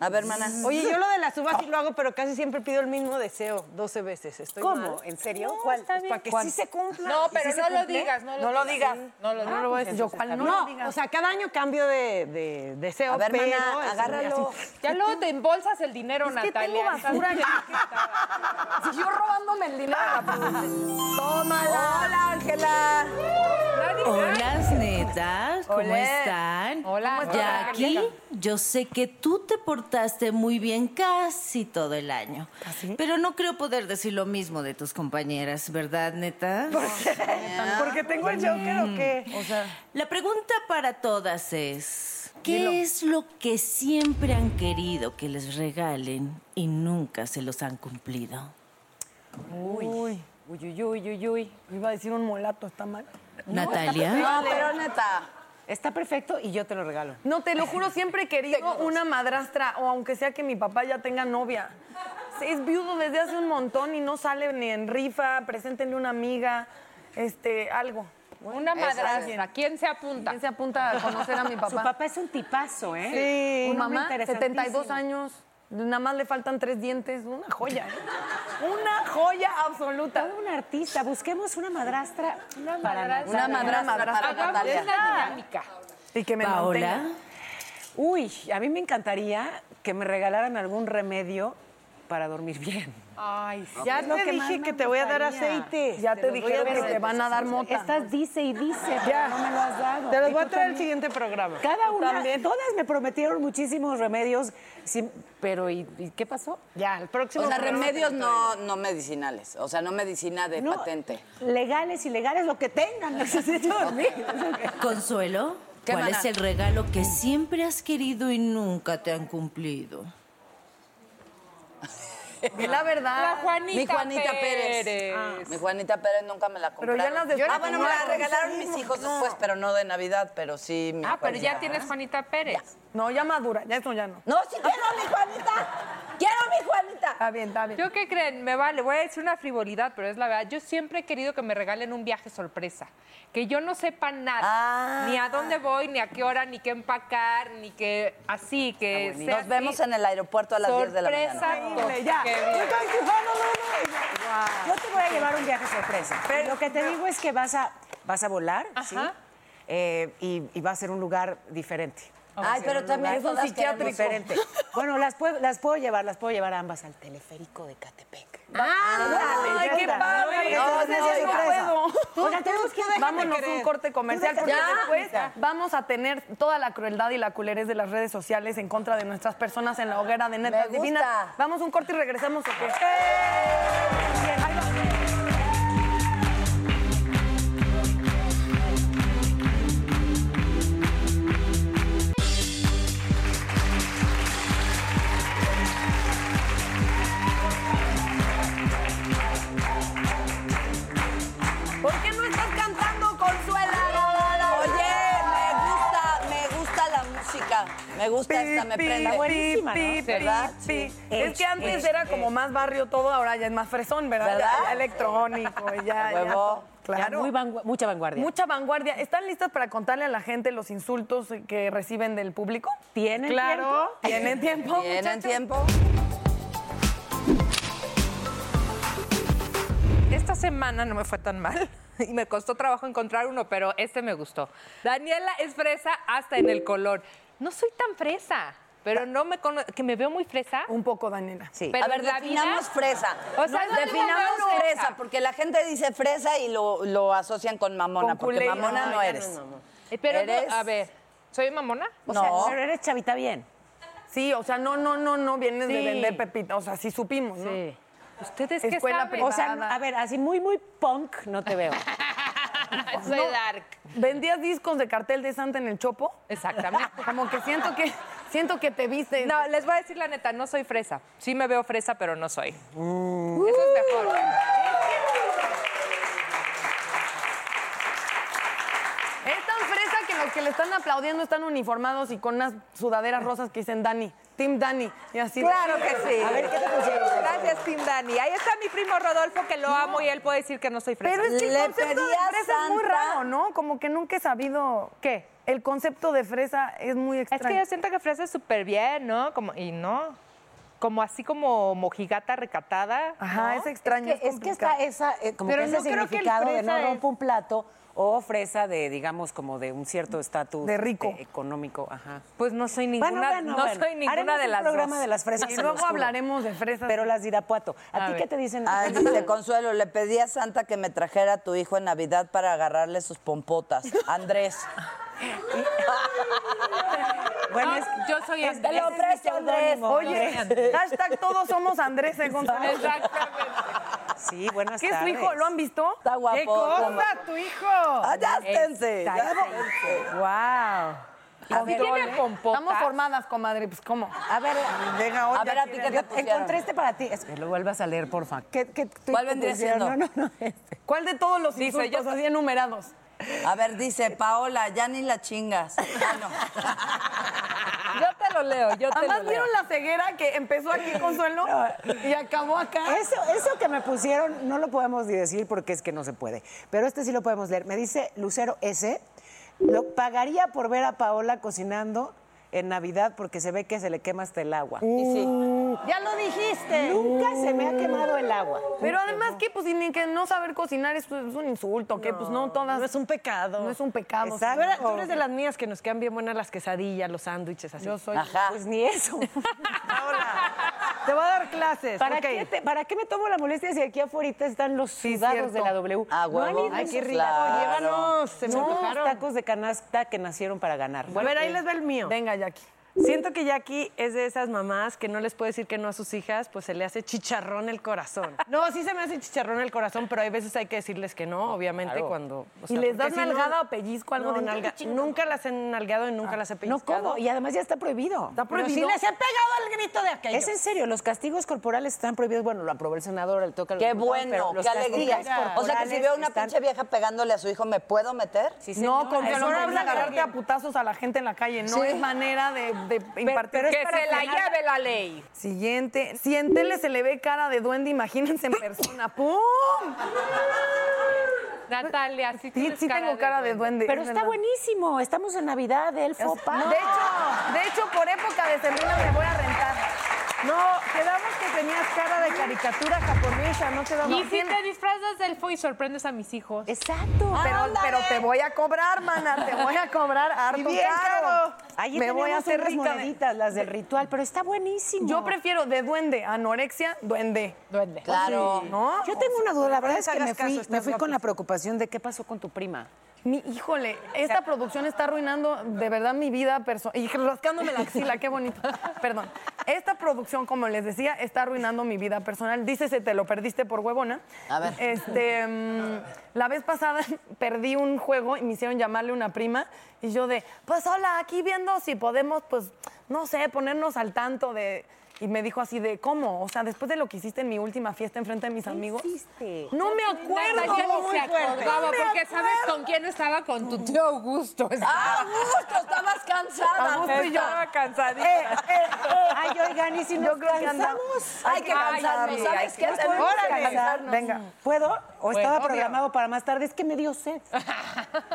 [SPEAKER 4] A ver, hermana.
[SPEAKER 6] Oye, yo lo de las uvas sí lo hago, pero casi siempre pido el mismo deseo, 12 veces. Estoy mal.
[SPEAKER 3] ¿Cómo? ¿En serio?
[SPEAKER 6] No,
[SPEAKER 3] ¿Cuál?
[SPEAKER 6] está
[SPEAKER 3] Pues
[SPEAKER 6] bien.
[SPEAKER 3] para que
[SPEAKER 6] ¿Cuál?
[SPEAKER 3] sí se cumpla.
[SPEAKER 5] No,
[SPEAKER 6] ¿Y sí
[SPEAKER 5] pero
[SPEAKER 6] se
[SPEAKER 5] no lo
[SPEAKER 6] cumple?
[SPEAKER 5] digas, no lo digas. No lo-
[SPEAKER 6] Ah,
[SPEAKER 5] no lo voy a
[SPEAKER 6] pues
[SPEAKER 5] decir,
[SPEAKER 6] entonces
[SPEAKER 5] Yopal,
[SPEAKER 6] está
[SPEAKER 5] no lo
[SPEAKER 6] bien.
[SPEAKER 5] digas.
[SPEAKER 6] O sea, cada año cambio de, de deseo,
[SPEAKER 4] A ver,
[SPEAKER 6] pero...
[SPEAKER 4] hermana,
[SPEAKER 6] es-
[SPEAKER 4] agárralo.
[SPEAKER 6] así.
[SPEAKER 5] Ya luego te embolsas el dinero,
[SPEAKER 2] que
[SPEAKER 5] Natalia.
[SPEAKER 2] tengo basura
[SPEAKER 5] Estás-
[SPEAKER 2] Si yo robándome el dinero. de la producción. Tómala.
[SPEAKER 4] Hola, Ángela.
[SPEAKER 1] Hola, netas, ¿cómo
[SPEAKER 2] Olé.
[SPEAKER 1] están?
[SPEAKER 2] Hola,
[SPEAKER 1] ya aquí.
[SPEAKER 2] Angélica.
[SPEAKER 1] Yo sé que tú te portaste muy bien casi todo el año. Pero no creo poder decir lo mismo de tus compañeras, ¿verdad, netas?
[SPEAKER 6] ¿Porque tengo el Joker o qué? O sea...
[SPEAKER 1] La pregunta para todas es, ¿qué
[SPEAKER 6] Dilo.
[SPEAKER 1] es lo que siempre han querido que les regalen y nunca se los han cumplido?
[SPEAKER 2] Uy. Uy, uy, uy, uy, uy. Iba a decir un molato, está mal.
[SPEAKER 1] Natalia.
[SPEAKER 4] No, pero neta.
[SPEAKER 3] Está perfecto y yo te lo regalo.
[SPEAKER 2] No, te lo juro, siempre he querido una madrastra, o aunque sea que mi papá ya tenga novia. Es viudo desde hace un montón y no sale ni en rifa, preséntenle una amiga, este, algo.
[SPEAKER 5] Una madrastra. ¿Quién se apunta?
[SPEAKER 2] ¿Quién se apunta a conocer a mi papá?
[SPEAKER 3] Su papá es un tipazo, ¿eh?
[SPEAKER 2] Sí,
[SPEAKER 3] Un
[SPEAKER 2] mi
[SPEAKER 3] hombre
[SPEAKER 2] mamá,
[SPEAKER 3] interesantísimo.
[SPEAKER 2] 72 años, nada más le faltan tres dientes, una joya. ¿eh? Una joya absoluta.
[SPEAKER 3] Un artista, busquemos una madrastra. Una
[SPEAKER 2] madrastra.
[SPEAKER 4] Una madrastra para Natalia.
[SPEAKER 5] dinámica.
[SPEAKER 2] Y que me
[SPEAKER 3] Paola.
[SPEAKER 2] mantenga.
[SPEAKER 3] Uy, a mí me encantaría que me regalaran algún remedio para dormir bien.
[SPEAKER 5] Ay, sí.
[SPEAKER 6] Ya
[SPEAKER 3] Es lo
[SPEAKER 6] te
[SPEAKER 3] que más
[SPEAKER 6] dije
[SPEAKER 3] me
[SPEAKER 6] que te voy a dar
[SPEAKER 3] gustaría.
[SPEAKER 6] aceite.
[SPEAKER 2] Ya te
[SPEAKER 6] los voy
[SPEAKER 2] dijeron que
[SPEAKER 6] dar.
[SPEAKER 2] te van a dar mota.
[SPEAKER 3] Estás dice y dice, pero
[SPEAKER 6] Ya.
[SPEAKER 3] no me lo has dado.
[SPEAKER 6] Te los
[SPEAKER 3] Y
[SPEAKER 6] voy a
[SPEAKER 3] tú
[SPEAKER 6] traer el
[SPEAKER 3] también.
[SPEAKER 6] siguiente programa.
[SPEAKER 3] Cada
[SPEAKER 6] Tú
[SPEAKER 3] una,
[SPEAKER 6] también.
[SPEAKER 3] todas me prometieron muchísimos remedios, sí, pero ¿y, y qué pasó?
[SPEAKER 6] Ya, el próximo
[SPEAKER 4] O sea,
[SPEAKER 6] programa te
[SPEAKER 4] remedios
[SPEAKER 6] lo traigo.
[SPEAKER 4] no, no medicinales. O sea, no medicina de patente.
[SPEAKER 3] Legales, ilegales, lo que tengan, necesito dormir.
[SPEAKER 1] Consuelo,
[SPEAKER 4] ¿Qué,
[SPEAKER 1] ¿cuál
[SPEAKER 4] mana?
[SPEAKER 1] es el regalo que siempre has querido y nunca te han cumplido?
[SPEAKER 2] Di la verdad.
[SPEAKER 4] Mi Juanita Pérez.
[SPEAKER 2] Ah.
[SPEAKER 4] Mi Juanita Pérez nunca me la
[SPEAKER 2] Pero
[SPEAKER 4] compraron.
[SPEAKER 2] ya las de-
[SPEAKER 4] Ah, bueno, me
[SPEAKER 2] Yo
[SPEAKER 4] la
[SPEAKER 2] la
[SPEAKER 4] regalaron
[SPEAKER 2] conseguí,
[SPEAKER 4] mis hijos
[SPEAKER 2] no.
[SPEAKER 4] después, pero no de Navidad, pero sí. mi
[SPEAKER 5] Ah, pero
[SPEAKER 4] Juanita.
[SPEAKER 5] ya tienes Juanita Pérez.
[SPEAKER 2] No, ya madura, ya eso ya no.
[SPEAKER 4] No, sí quiero a mi Juanita. Quiero a mi Juanita.
[SPEAKER 2] Está bien, está bien.
[SPEAKER 5] ¿Yo qué creen? Me vale, voy a decir una frivolidad, pero es la verdad. Yo siempre he querido que me regalen un viaje sorpresa. Que yo no sepa nada. Ni
[SPEAKER 4] Ah.
[SPEAKER 5] a dónde voy, ni a qué hora, ni qué empacar, ni que así, que sea
[SPEAKER 4] Ah, Nos vemos en el aeropuerto a las 10 de la mañana.
[SPEAKER 5] Sorpresa.
[SPEAKER 3] Ya,
[SPEAKER 5] Qué
[SPEAKER 3] un
[SPEAKER 5] bien.
[SPEAKER 3] concubano, no, no. Yo te voy a llevar un viaje sorpresa. lo que te digo es que vas a, vas a volar, ¿sí? Eh, y, y va a ser un lugar diferente. Va a
[SPEAKER 6] Ah,
[SPEAKER 4] Ay,
[SPEAKER 3] ser
[SPEAKER 4] pero
[SPEAKER 3] un
[SPEAKER 4] también
[SPEAKER 3] lugar
[SPEAKER 4] todas queremos-
[SPEAKER 3] Diferente. Bueno, las puedo, las puedo llevar, las puedo llevar ambas al teleférico de Catepec.
[SPEAKER 2] Ah, ¡Ay, qué padre!
[SPEAKER 3] No,
[SPEAKER 2] No, no,
[SPEAKER 3] no,
[SPEAKER 2] yo no
[SPEAKER 3] sorpresa.
[SPEAKER 2] puedo.
[SPEAKER 3] Oigan, tenemos que
[SPEAKER 2] Tú Vámonos
[SPEAKER 3] déjate
[SPEAKER 2] a un
[SPEAKER 3] querer.
[SPEAKER 2] corte comercial
[SPEAKER 3] Tú
[SPEAKER 2] porque
[SPEAKER 3] déjate
[SPEAKER 2] después
[SPEAKER 3] querer.
[SPEAKER 2] vamos a tener toda la crueldad y la culerez de las redes sociales en contra de nuestras personas en la hoguera de Netas
[SPEAKER 4] Me gusta.
[SPEAKER 2] Divinas. Vamos a un corte y regresamos. ¿o qué? Ahí va. ¿Por qué no estás cantando?
[SPEAKER 4] Me gusta esta, me prende.
[SPEAKER 2] Está buenísima,
[SPEAKER 4] Sí,
[SPEAKER 2] ¿no?
[SPEAKER 4] ¿Verdad?
[SPEAKER 2] Sí.
[SPEAKER 4] Sí.
[SPEAKER 2] Es que antes
[SPEAKER 4] Es,
[SPEAKER 2] era
[SPEAKER 4] es.
[SPEAKER 2] como más barrio todo, ahora ya es más fresón, ¿verdad? Ya-
[SPEAKER 4] ¿Verdad?
[SPEAKER 2] Ya electrónico, y ya. ya
[SPEAKER 3] Huevo.
[SPEAKER 2] todo.
[SPEAKER 3] Ya
[SPEAKER 2] Claro.
[SPEAKER 3] muy vangu- mucha vanguardia.
[SPEAKER 2] Mucha vanguardia. ¿Están listas para contarle a la gente los insultos que reciben del público?
[SPEAKER 3] ¿Tienen
[SPEAKER 2] claro,
[SPEAKER 3] tiempo?
[SPEAKER 2] ¿Tienen tiempo?
[SPEAKER 3] ¿Tienen
[SPEAKER 2] tiempo?
[SPEAKER 5] Esta semana no me fue tan mal y me costó trabajo encontrar uno, pero este me gustó. Daniela es fresa hasta en el color. No soy tan fresa, pero no me cono- que me veo muy fresa.
[SPEAKER 2] Un poco, Daniela.
[SPEAKER 5] Sí.
[SPEAKER 4] a ver, definamos fresa.
[SPEAKER 5] O sea,
[SPEAKER 4] No, definamos fresa, porque la gente dice fresa y lo, lo asocian con mamona,
[SPEAKER 5] Con
[SPEAKER 4] porque
[SPEAKER 5] culé. No,
[SPEAKER 4] mamona no,
[SPEAKER 5] ya no,
[SPEAKER 4] eres.
[SPEAKER 5] no, no. Eh, Pero
[SPEAKER 4] Eres-
[SPEAKER 5] a ver, ¿soy mamona?
[SPEAKER 4] O sea, No.
[SPEAKER 2] pero
[SPEAKER 3] eres chavita bien.
[SPEAKER 2] Sí, o sea, no, no, no, no vienes de
[SPEAKER 3] Sí.
[SPEAKER 2] vender pepita. O sea, sí supimos, ¿no?
[SPEAKER 3] Sí.
[SPEAKER 2] Ustedes
[SPEAKER 3] Escuela O sea, a ver, así muy, muy punk no te veo.
[SPEAKER 2] Soy dark. ¿Vendías discos de cartel de Santa en el Chopo?
[SPEAKER 5] Exactamente.
[SPEAKER 2] Como que siento que siento que te viste.
[SPEAKER 5] No, les voy a decir la neta, no soy fresa. Sí me veo fresa, pero no soy. Eso es mejor.
[SPEAKER 2] Es tan fresa que los que le están aplaudiendo están uniformados y con unas sudaderas rosas que dicen Dani, Team Dani. Y así.
[SPEAKER 5] Claro que sí.
[SPEAKER 2] A ver qué te pusieron.
[SPEAKER 5] Gracias, Tim Dani. Ahí está mi primo Rodolfo, que lo amo y él puede decir que no soy fresa.
[SPEAKER 2] Pero es que el concepto de fresa es muy raro, ¿no? Como que nunca he sabido. ¿Qué? El concepto de fresa es muy
[SPEAKER 5] Es
[SPEAKER 2] extraño.
[SPEAKER 5] que yo siento que fresa es súper bien, ¿no? Como, y no. Como así como mojigata recatada.
[SPEAKER 2] Ajá,
[SPEAKER 5] ¿no?
[SPEAKER 2] es extraño.
[SPEAKER 5] Es que- es que
[SPEAKER 2] complicado.
[SPEAKER 5] está esa, eh,
[SPEAKER 3] Como
[SPEAKER 5] Pero
[SPEAKER 3] que
[SPEAKER 5] no
[SPEAKER 3] ese
[SPEAKER 5] creo que el
[SPEAKER 3] significado de no
[SPEAKER 5] fresa es-
[SPEAKER 3] rompo un plato o fresa de, digamos, como de un cierto estatus
[SPEAKER 5] De rico.
[SPEAKER 3] este, económico. Ajá.
[SPEAKER 5] Pues no soy ninguna,
[SPEAKER 3] Bueno, bueno,
[SPEAKER 5] no
[SPEAKER 3] bueno.
[SPEAKER 5] soy ninguna
[SPEAKER 3] Haremos
[SPEAKER 5] de
[SPEAKER 3] un
[SPEAKER 5] las
[SPEAKER 3] programa
[SPEAKER 5] dos.
[SPEAKER 3] de las fresas.
[SPEAKER 5] Y
[SPEAKER 3] se
[SPEAKER 5] luego
[SPEAKER 3] los juro.
[SPEAKER 5] hablaremos
[SPEAKER 2] de fresas.
[SPEAKER 3] Pero las de Irapuato. ¿A,
[SPEAKER 4] A
[SPEAKER 3] ti
[SPEAKER 4] ver.
[SPEAKER 3] qué te dicen?
[SPEAKER 4] Ah, dice Consuelo, le pedí a Santa que me trajera a tu hijo en Navidad para agarrarle sus pompotas. Andrés.
[SPEAKER 2] Bueno,
[SPEAKER 4] es-
[SPEAKER 5] yo soy
[SPEAKER 4] es- te lo
[SPEAKER 2] Ese es mi
[SPEAKER 4] ofrece Andrés.
[SPEAKER 2] seudónimo. Oye, hashtag todos somos Andrés, eh, Gonzalo.
[SPEAKER 3] Sí, buenas
[SPEAKER 2] ¿Qué es tu
[SPEAKER 3] tardes.
[SPEAKER 2] hijo? ¿Lo han visto?
[SPEAKER 4] Está guapo.
[SPEAKER 2] ¿Qué cosa,
[SPEAKER 4] está guapo.
[SPEAKER 2] tu hijo?
[SPEAKER 4] Allástense,
[SPEAKER 2] Está-
[SPEAKER 4] allástense.
[SPEAKER 2] Wow.
[SPEAKER 4] A ver, ¿tiene pompotas?
[SPEAKER 2] Estamos formadas, comadre, pues ¿cómo?
[SPEAKER 4] A ver,
[SPEAKER 2] Venga,
[SPEAKER 4] a ver, a ti que te pusieron.
[SPEAKER 3] Encontré este para ti. Es que lo vuelvas a leer, porfa. ¿Qué, qué tweet
[SPEAKER 4] ¿Cuál
[SPEAKER 3] te
[SPEAKER 4] vendría
[SPEAKER 3] pusieron?
[SPEAKER 4] siendo?
[SPEAKER 3] No, no, no. este.
[SPEAKER 2] ¿Cuál de todos los
[SPEAKER 4] Dice,
[SPEAKER 2] insultos así enumerados?
[SPEAKER 4] A ver, dice Paola, ya ni la chingas. Ah,
[SPEAKER 5] Yo te lo leo, yo te
[SPEAKER 2] Además,
[SPEAKER 5] lo leo.
[SPEAKER 2] ¿vieron la ceguera que empezó aquí Consuelo y acabó acá?
[SPEAKER 3] Eso, eso que me pusieron no lo podemos ni decir porque es que no se puede. Pero este sí lo podemos leer. Me dice Lucero S. Lo pagaría por ver a Paola cocinando en Navidad porque se ve que se le quema hasta el agua. Uh.
[SPEAKER 2] Ya lo dijiste.
[SPEAKER 3] Nunca se me ha quemado el agua.
[SPEAKER 2] Pero además, ¿qué? Pues ni que no saber cocinar es, es un insulto, que pues no todas... No es un pecado. No es un pecado.
[SPEAKER 6] Exacto. Tú eres- Tú eres de las mías que nos quedan bien buenas las quesadillas, los sándwiches, así.
[SPEAKER 2] Yo soy-
[SPEAKER 4] Ajá.
[SPEAKER 6] Pues ni eso. Paola, te voy a dar clases.
[SPEAKER 3] ¿Para,
[SPEAKER 6] ok.
[SPEAKER 3] qué te- ¿Para qué me tomo la molestia si aquí afuera están los sudados
[SPEAKER 6] cierto.
[SPEAKER 3] de la W?
[SPEAKER 4] Ah,
[SPEAKER 3] No han
[SPEAKER 4] huevo.
[SPEAKER 3] ido
[SPEAKER 4] Ay, qué
[SPEAKER 3] esos
[SPEAKER 4] rico.
[SPEAKER 3] lados.
[SPEAKER 4] Claro.
[SPEAKER 3] Llévanos, se me
[SPEAKER 4] No.
[SPEAKER 3] antojaron. tacos de canasta que nacieron para ganar.
[SPEAKER 6] A ver, ahí les va el mío.
[SPEAKER 2] Venga, Jackie.
[SPEAKER 6] Siento que Jackie es de esas mamás que no les puede decir que no a sus hijas, pues se le hace chicharrón el corazón. No, sí se me hace chicharrón el corazón, pero hay veces hay que decirles que no, obviamente,
[SPEAKER 3] Claro.
[SPEAKER 6] cuando.
[SPEAKER 2] ¿Y les das
[SPEAKER 6] porque si
[SPEAKER 2] nalgada o pellizco, algo
[SPEAKER 6] No,
[SPEAKER 2] de- Ah,
[SPEAKER 6] nalga-
[SPEAKER 2] Chinga, no.
[SPEAKER 6] Nunca las he nalgado y nunca las he
[SPEAKER 3] No,
[SPEAKER 6] pellizcado.
[SPEAKER 3] ¿cómo? Y además ya está prohibido. Está
[SPEAKER 6] prohibido.
[SPEAKER 3] sí les he pegado el grito de aquello.
[SPEAKER 6] Es
[SPEAKER 3] Es en serio, los castigos corporales están prohibidos. Bueno, lo aprobó el senador, el toca
[SPEAKER 4] Qué bueno, qué alegría. O sea, que si veo una pinche vieja pegándole a
[SPEAKER 3] Pues
[SPEAKER 4] su hijo, ¿me puedo meter?
[SPEAKER 2] No, con que no
[SPEAKER 4] no
[SPEAKER 2] vas a agarrarte a putazos a la gente en la calle. No
[SPEAKER 4] Sí.
[SPEAKER 2] es manera de, de impartir.
[SPEAKER 5] que se la lleve la ley.
[SPEAKER 2] Siguiente. Si en tele se le ve cara de duende, imagínense en persona. ¡Pum!
[SPEAKER 5] Natalia, sí,
[SPEAKER 2] Sí,
[SPEAKER 5] tienes
[SPEAKER 2] sí tengo cara de duende.
[SPEAKER 3] Pero
[SPEAKER 2] es
[SPEAKER 3] está
[SPEAKER 2] verdad.
[SPEAKER 3] buenísimo. Estamos en Navidad, él
[SPEAKER 2] Es-
[SPEAKER 3] fopa.
[SPEAKER 2] De hecho, de hecho, por época de sembrina me voy a rentar. No, quedamos que tenías cara de caricatura japonesa, no quedamos
[SPEAKER 5] Y si te disfrazas del elfo y sorprendes a mis hijos.
[SPEAKER 3] Exacto.
[SPEAKER 2] Pero, pero te voy a cobrar, mana, te voy a cobrar harto
[SPEAKER 3] bien
[SPEAKER 2] caro.
[SPEAKER 3] Ahí
[SPEAKER 2] me voy a hacer
[SPEAKER 3] unas
[SPEAKER 2] rica. de-
[SPEAKER 3] moneditas, las del ritual, pero está buenísimo.
[SPEAKER 2] Yo prefiero de duende, anorexia, duende.
[SPEAKER 5] Duende.
[SPEAKER 4] Claro.
[SPEAKER 2] ¿No?
[SPEAKER 3] Yo tengo una duda, la verdad es que
[SPEAKER 6] hagas
[SPEAKER 3] me fui,
[SPEAKER 6] caso,
[SPEAKER 3] me
[SPEAKER 6] estás
[SPEAKER 3] fui con la
[SPEAKER 6] guapísima.
[SPEAKER 3] preocupación de qué pasó con tu prima.
[SPEAKER 2] Mi, híjole, esta producción está arruinando de verdad mi vida personal. Y rascándome la axila, qué bonito. Perdón. Esta producción, como les decía, está arruinando mi vida personal. Dícese, te lo perdiste por huevona.
[SPEAKER 4] A ver.
[SPEAKER 2] Este, mm, la vez pasada perdí un juego y me hicieron llamarle una prima. Y yo de, pues hola, aquí viendo si podemos, pues, no sé, ponernos al tanto de. Y me dijo así de, ¿cómo? O sea, después de lo que hiciste en mi última fiesta enfrente de mis amigos. No me acuerdo.
[SPEAKER 5] Neta, yo ni
[SPEAKER 2] Muy
[SPEAKER 5] se
[SPEAKER 2] fuerte.
[SPEAKER 5] acordaba,
[SPEAKER 2] No me
[SPEAKER 5] porque ¿sabes con quién estaba? Con tu tío Augusto.
[SPEAKER 4] Ah, Augusto, estabas cansada.
[SPEAKER 5] Augusto y yo
[SPEAKER 4] neta.
[SPEAKER 5] estaba cansadita.
[SPEAKER 2] Eh,
[SPEAKER 3] Ay, oigan, y si
[SPEAKER 4] Yo
[SPEAKER 3] nos
[SPEAKER 4] creo que
[SPEAKER 3] cansamos.
[SPEAKER 4] andamos. Hay que cansarnos,
[SPEAKER 3] Ay,
[SPEAKER 4] ¿sabes qué?
[SPEAKER 3] nos
[SPEAKER 4] Tenemos
[SPEAKER 3] podemos
[SPEAKER 4] que
[SPEAKER 3] cansar.
[SPEAKER 4] cansarnos.
[SPEAKER 3] Venga, ¿puedo? O
[SPEAKER 4] Pues,
[SPEAKER 3] estaba
[SPEAKER 4] obvio.
[SPEAKER 3] programado para más tarde. Es que me dio sed.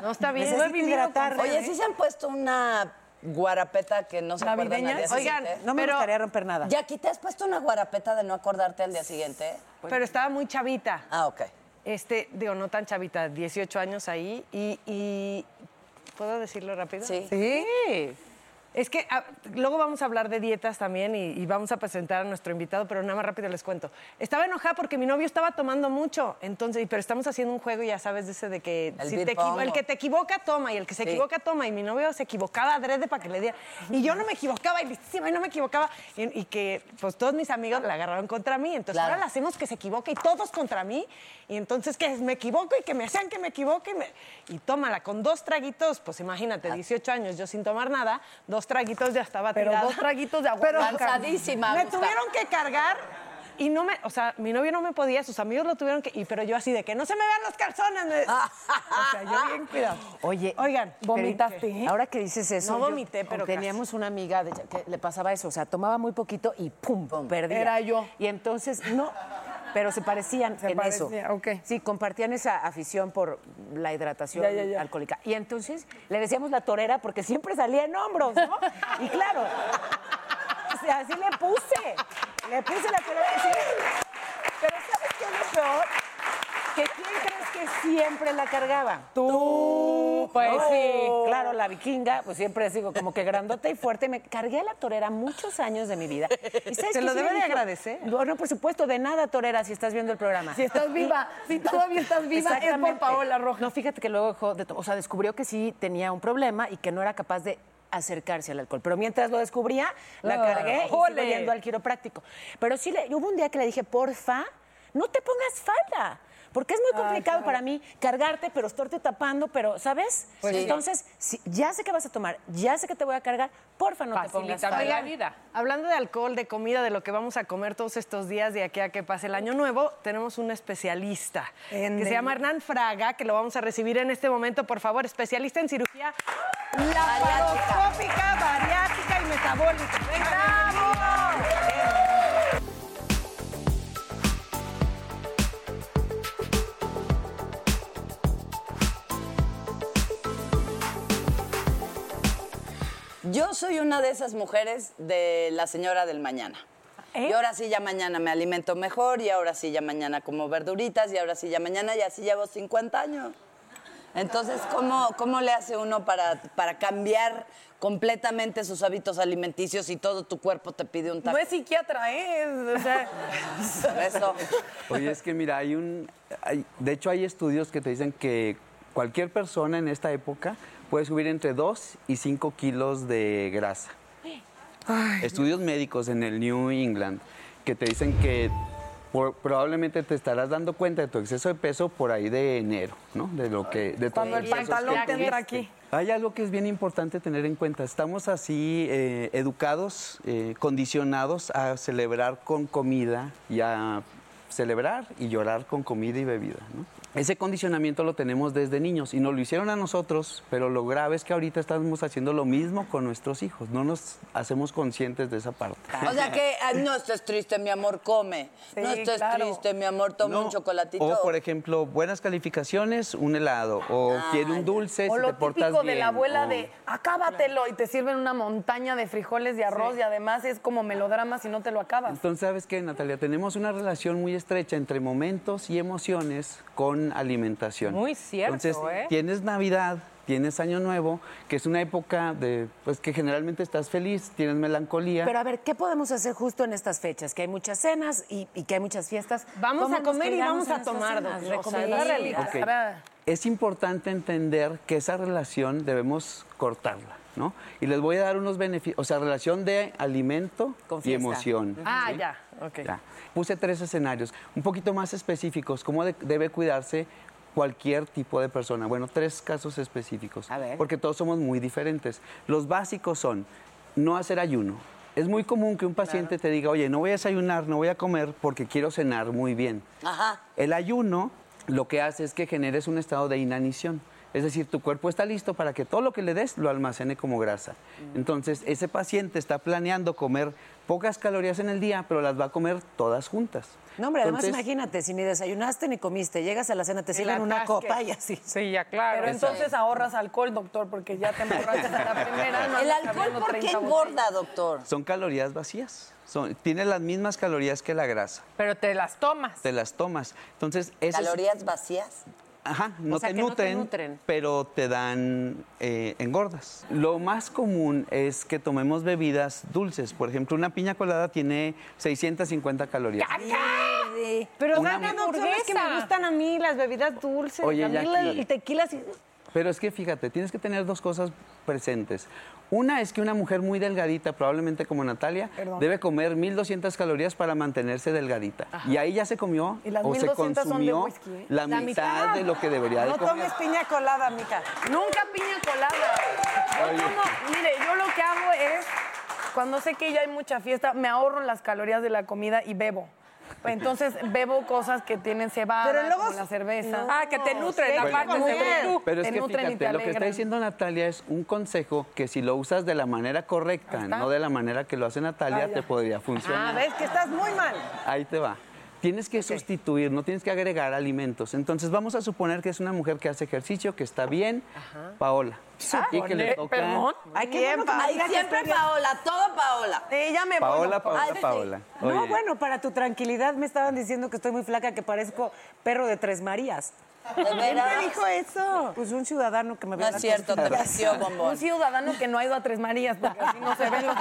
[SPEAKER 4] No está
[SPEAKER 3] bien. Necesito No he vivido hidratarme. con
[SPEAKER 4] Oye,
[SPEAKER 3] sed.
[SPEAKER 4] sí se han puesto una guarapeta que no se acuerdan al día
[SPEAKER 3] Oigan,
[SPEAKER 4] siguiente?
[SPEAKER 3] no me gustaría romper nada.
[SPEAKER 4] Ya aquí te has puesto una guarapeta de no acordarte al día siguiente. Pues
[SPEAKER 6] Pero estaba muy chavita.
[SPEAKER 4] Ah, ok.
[SPEAKER 6] Este, digo, no tan chavita, 18 años ahí y... y- ¿Puedo decirlo rápido?
[SPEAKER 4] Sí.
[SPEAKER 6] Sí. Es que ah, luego vamos a hablar de dietas también y, y vamos a presentar a nuestro invitado, pero nada más rápido les cuento. Estaba enojada porque mi novio estaba tomando mucho, entonces, pero estamos haciendo un juego, ya sabes, de ese de que
[SPEAKER 4] El
[SPEAKER 6] si
[SPEAKER 4] beer
[SPEAKER 6] te equivo-
[SPEAKER 4] pong
[SPEAKER 6] el
[SPEAKER 4] o-
[SPEAKER 6] que te equivoca toma y el que se
[SPEAKER 4] Sí.
[SPEAKER 6] equivoca toma y mi novio se equivocaba adrede para que le diera. Y yo no me equivocaba y listísima y no me equivocaba y, y que pues todos mis amigos la agarraron contra mí, entonces
[SPEAKER 4] Claro.
[SPEAKER 6] ahora la hacemos que se equivoque y todos contra mí y entonces que me equivoco y que me sean que me equivoque y, me- y tómala con dos traguitos, pues imagínate, 18 años yo sin tomar nada, dos traguitos ya estaba
[SPEAKER 2] Ah. Pero
[SPEAKER 6] tirada.
[SPEAKER 2] dos traguitos de agua
[SPEAKER 6] Pero-
[SPEAKER 2] blanca. Cansadísima,
[SPEAKER 6] Me
[SPEAKER 2] Gusta.
[SPEAKER 6] tuvieron que cargar y no me, o sea, mi novio no me podía, sus amigos lo tuvieron que, y, pero yo así de que no se me vean los calzones. me-
[SPEAKER 2] Ah.
[SPEAKER 6] o sea, yo bien cuidado.
[SPEAKER 3] Oye,
[SPEAKER 6] Oigan,
[SPEAKER 3] pero,
[SPEAKER 6] ¿vomitaste?
[SPEAKER 3] Ahora que dices eso.
[SPEAKER 6] No
[SPEAKER 3] yo-
[SPEAKER 6] vomité, pero
[SPEAKER 3] Teníamos una amiga de- que le pasaba eso, o sea, tomaba muy poquito y pum, perdía.
[SPEAKER 2] Era yo.
[SPEAKER 3] Y entonces, no, pero se parecían en
[SPEAKER 2] parecía,
[SPEAKER 3] eso. Sí, compartían esa afición por la hidratación
[SPEAKER 2] Ya, ya, ya.
[SPEAKER 3] alcohólica. Y entonces le decíamos la torera porque siempre salía en hombros, ¿no? Y claro, o sea, así le puse. Le puse la torera. así. Pero ¿sabes qué es lo peor? ¿Que ¿Quién crees que siempre la cargaba? Tú.
[SPEAKER 6] pues
[SPEAKER 3] No.
[SPEAKER 6] sí.
[SPEAKER 2] Oh.
[SPEAKER 3] Claro, la vikinga, pues siempre sigo como que grandota y fuerte. Me cargué a la torera muchos años de mi vida. ¿Y
[SPEAKER 6] Se
[SPEAKER 3] qué?
[SPEAKER 6] lo
[SPEAKER 3] Sí me
[SPEAKER 6] debe de
[SPEAKER 3] dijo,
[SPEAKER 6] agradecer.
[SPEAKER 3] No, no, por supuesto, de nada, torera, si estás viendo el programa.
[SPEAKER 2] Si estás viva, si todavía estás viva, es por
[SPEAKER 3] Exactamente.
[SPEAKER 2] Paola Rojas.
[SPEAKER 3] No, fíjate que luego dejó de to- o sea, descubrió que sí tenía un problema y que no era capaz de acercarse al alcohol. Pero mientras lo descubría, la
[SPEAKER 6] Ah,
[SPEAKER 3] cargué y sigo
[SPEAKER 6] ¡ole!
[SPEAKER 3] yendo al quiropráctico. Pero sí, le, hubo un día que le dije, porfa, no te pongas falda. Porque es muy complicado para mí cargarte, pero estarte tapando, pero, ¿sabes?
[SPEAKER 4] Pues sí.
[SPEAKER 3] Entonces, si- ya sé que vas a tomar, ya sé que te voy a cargar, porfa, no te pongas falda.
[SPEAKER 6] Oigan, Hablando de alcohol, de comida, de lo que vamos a comer todos estos días de aquí a que pase el año nuevo, tenemos un especialista que se
[SPEAKER 2] el-
[SPEAKER 6] llama Hernán Fraga, que lo vamos a recibir en este momento, por favor, especialista en cirugía laparoscópica, bariátrica y metabólica.
[SPEAKER 4] Yo soy una de esas mujeres de la señora del mañana. Y ahora sí ya mañana me alimento mejor, y ahora sí ya mañana como verduritas, y ahora sí ya mañana, y así llevo 50 años. Entonces, ¿cómo, cómo le hace uno para, para cambiar completamente sus hábitos alimenticios y todo tu cuerpo te pide un taco?
[SPEAKER 2] No es psiquiatra, ¿eh? Es, o sea,
[SPEAKER 4] Por eso.
[SPEAKER 18] Oye, es que mira, hay un. hay- de hecho, hay estudios que te dicen que cualquier persona en esta época puede subir entre 2 y 5 kilos de grasa. estudios médicos en el New England que te dicen que por- probablemente te estarás dando cuenta de tu exceso de peso por ahí de enero, ¿no? De lo que. De
[SPEAKER 2] Cuando
[SPEAKER 18] todos
[SPEAKER 2] el
[SPEAKER 18] los pesos
[SPEAKER 2] pantalón
[SPEAKER 18] que
[SPEAKER 2] te entra
[SPEAKER 19] este.
[SPEAKER 18] tuviste.
[SPEAKER 2] aquí.
[SPEAKER 18] Hay algo que es bien importante tener en cuenta. Estamos así eh, educados, eh, condicionados a celebrar con comida y a celebrar y llorar con comida y bebida. ¿no? Ese condicionamiento lo tenemos desde niños y nos lo hicieron a nosotros, pero lo grave es que ahorita estamos haciendo lo mismo con nuestros hijos. No nos hacemos conscientes de esa parte.
[SPEAKER 4] O sea que, ah, no estés triste, mi amor, come.
[SPEAKER 18] Sí,
[SPEAKER 4] no estés
[SPEAKER 18] claro.
[SPEAKER 4] triste, mi amor, toma
[SPEAKER 18] No,
[SPEAKER 4] un chocolatito.
[SPEAKER 18] O, por ejemplo, buenas calificaciones, un helado. O quiere un dulce,
[SPEAKER 2] Ah, o
[SPEAKER 18] si
[SPEAKER 2] lo
[SPEAKER 18] te portas
[SPEAKER 2] típico de
[SPEAKER 18] bien,
[SPEAKER 2] la abuela
[SPEAKER 18] o-
[SPEAKER 2] de acábatelo y te sirven una montaña de frijoles y arroz y además es como melodrama si no te lo acabas.
[SPEAKER 18] Entonces, ¿sabes qué, Natalia? Tenemos una relación muy estrecha entre momentos y emociones con alimentación.
[SPEAKER 5] Muy cierto,
[SPEAKER 18] Entonces,
[SPEAKER 5] ¿eh?
[SPEAKER 18] tienes Navidad, tienes Año Nuevo, que es una época de, pues, que generalmente estás feliz, tienes melancolía.
[SPEAKER 3] Pero a ver, ¿qué podemos hacer justo en estas fechas? Que hay muchas cenas y, y que hay muchas fiestas.
[SPEAKER 6] Vamos
[SPEAKER 3] ¿Cómo
[SPEAKER 6] a
[SPEAKER 3] nos
[SPEAKER 6] comer y vamos
[SPEAKER 3] cuidamos
[SPEAKER 6] a
[SPEAKER 3] en estas
[SPEAKER 6] tomar,
[SPEAKER 3] cenas?
[SPEAKER 6] doctor. O sea,
[SPEAKER 3] Recomendar-
[SPEAKER 6] es la realidad.
[SPEAKER 18] Ok. Es importante entender que esa relación debemos cortarla, ¿no? Y les voy a dar unos beneficios, o sea, relación de alimento y
[SPEAKER 6] fiesta.
[SPEAKER 18] emoción.
[SPEAKER 6] Ah,
[SPEAKER 18] ¿sí?
[SPEAKER 6] ya, ok.
[SPEAKER 18] Ya. Puse tres escenarios, un poquito más específicos, cómo de- debe cuidarse cualquier tipo de persona. Bueno, tres casos específicos, porque todos somos muy diferentes. Los básicos son no hacer ayuno, Es muy común que un paciente te diga, oye, no voy a desayunar, no voy a comer porque quiero cenar muy bien.
[SPEAKER 4] Ajá.
[SPEAKER 18] El ayuno lo que hace es que generes un estado de inanición. Es decir, tu cuerpo está listo para que todo lo que le des lo almacene como grasa. Entonces, ese paciente está planeando comer pocas calorías en el día, pero las va a comer todas juntas.
[SPEAKER 3] No, hombre, además
[SPEAKER 18] Entonces,
[SPEAKER 3] imagínate, si ni desayunaste ni comiste, llegas a la cena, te
[SPEAKER 2] El
[SPEAKER 3] sirven una
[SPEAKER 2] atasque.
[SPEAKER 3] copa y así.
[SPEAKER 6] Sí, ya claro.
[SPEAKER 2] Pero
[SPEAKER 3] Exacto.
[SPEAKER 2] entonces ahorras alcohol, doctor, porque ya te emborrachas a la primera. no
[SPEAKER 4] ¿El
[SPEAKER 2] andas
[SPEAKER 4] alcohol
[SPEAKER 2] cargando
[SPEAKER 4] por qué
[SPEAKER 2] 30
[SPEAKER 4] engorda, doctor?
[SPEAKER 18] Son calorías vacías. Son, tiene las mismas calorías que la grasa.
[SPEAKER 5] Pero te las tomas.
[SPEAKER 18] Te las tomas. Entonces, esas-
[SPEAKER 4] ¿Calorías vacías?
[SPEAKER 18] Ajá, no,
[SPEAKER 4] sea,
[SPEAKER 18] te
[SPEAKER 4] que no te
[SPEAKER 18] nutren,
[SPEAKER 4] nutren.
[SPEAKER 18] pero te dan eh, engordas. Lo más común es que tomemos bebidas dulces. Por ejemplo, una piña colada tiene 650 calorías.
[SPEAKER 6] Pero
[SPEAKER 18] Una
[SPEAKER 6] Dana, no, son las que me gustan a mí, las bebidas dulces.
[SPEAKER 18] Oye,
[SPEAKER 6] a mí
[SPEAKER 18] Jackie.
[SPEAKER 6] la- el tequila sí.
[SPEAKER 18] Pero es que fíjate, tienes que tener dos cosas presentes. Una es que una mujer muy delgadita, probablemente como Natalia,
[SPEAKER 2] Perdón.
[SPEAKER 18] debe comer 1200 calorías para mantenerse delgadita. Y ahí ya se comió
[SPEAKER 3] Y las
[SPEAKER 18] o se
[SPEAKER 3] 1200 son de
[SPEAKER 18] consumió
[SPEAKER 3] whisky, ¿eh?
[SPEAKER 18] la,
[SPEAKER 3] La
[SPEAKER 18] mitad,
[SPEAKER 3] mitad.
[SPEAKER 18] de lo que debería de
[SPEAKER 3] No
[SPEAKER 18] comer.
[SPEAKER 3] tomes piña colada, mica.
[SPEAKER 2] Nunca piña colada. Yo tomo- mire, yo lo que hago es, cuando sé que ya hay mucha fiesta, me ahorro las calorías de la comida y bebo. Entonces bebo cosas que tienen cebada,
[SPEAKER 6] Pero luego-
[SPEAKER 2] como la cerveza.
[SPEAKER 6] No. Ah, que te nutren,
[SPEAKER 2] Sí,
[SPEAKER 6] aparte,
[SPEAKER 2] como
[SPEAKER 6] según
[SPEAKER 2] bien.
[SPEAKER 6] tú.
[SPEAKER 18] Pero es
[SPEAKER 2] Te
[SPEAKER 18] que
[SPEAKER 2] nutren y te
[SPEAKER 18] fíjate, lo que está
[SPEAKER 2] alegran.
[SPEAKER 18] diciendo Natalia es un consejo que si lo usas de la manera correcta,
[SPEAKER 6] está.
[SPEAKER 18] no de la manera que lo hace Natalia,
[SPEAKER 6] Ah, ya.
[SPEAKER 18] te podría
[SPEAKER 6] Ah,
[SPEAKER 18] funcionar.
[SPEAKER 6] ves que estás muy mal.
[SPEAKER 18] Ahí te va. Tienes que sustituir, no tienes que agregar alimentos. Entonces vamos a suponer que es una mujer que hace ejercicio, que está bien, Paola.
[SPEAKER 2] Ah,
[SPEAKER 18] Y que
[SPEAKER 2] ¿Eh?
[SPEAKER 18] le toca.
[SPEAKER 3] Ay, qué bueno que me
[SPEAKER 4] Ay,
[SPEAKER 3] digas que
[SPEAKER 4] siempre
[SPEAKER 3] estoy bien.
[SPEAKER 4] Paola, todo Paola.
[SPEAKER 3] Ella me
[SPEAKER 18] Paola, Paola, Paola.
[SPEAKER 3] No,
[SPEAKER 18] Oye.
[SPEAKER 3] bueno, para tu tranquilidad me estaban diciendo que estoy muy flaca, que parezco perro de tres Marías.
[SPEAKER 4] ¿De veras?
[SPEAKER 3] me dijo eso? Pues un ciudadano que me
[SPEAKER 4] No es cierto, te mintió, bombón.
[SPEAKER 2] Un ciudadano que no ha ido a Tres Marías, porque así no se ven los...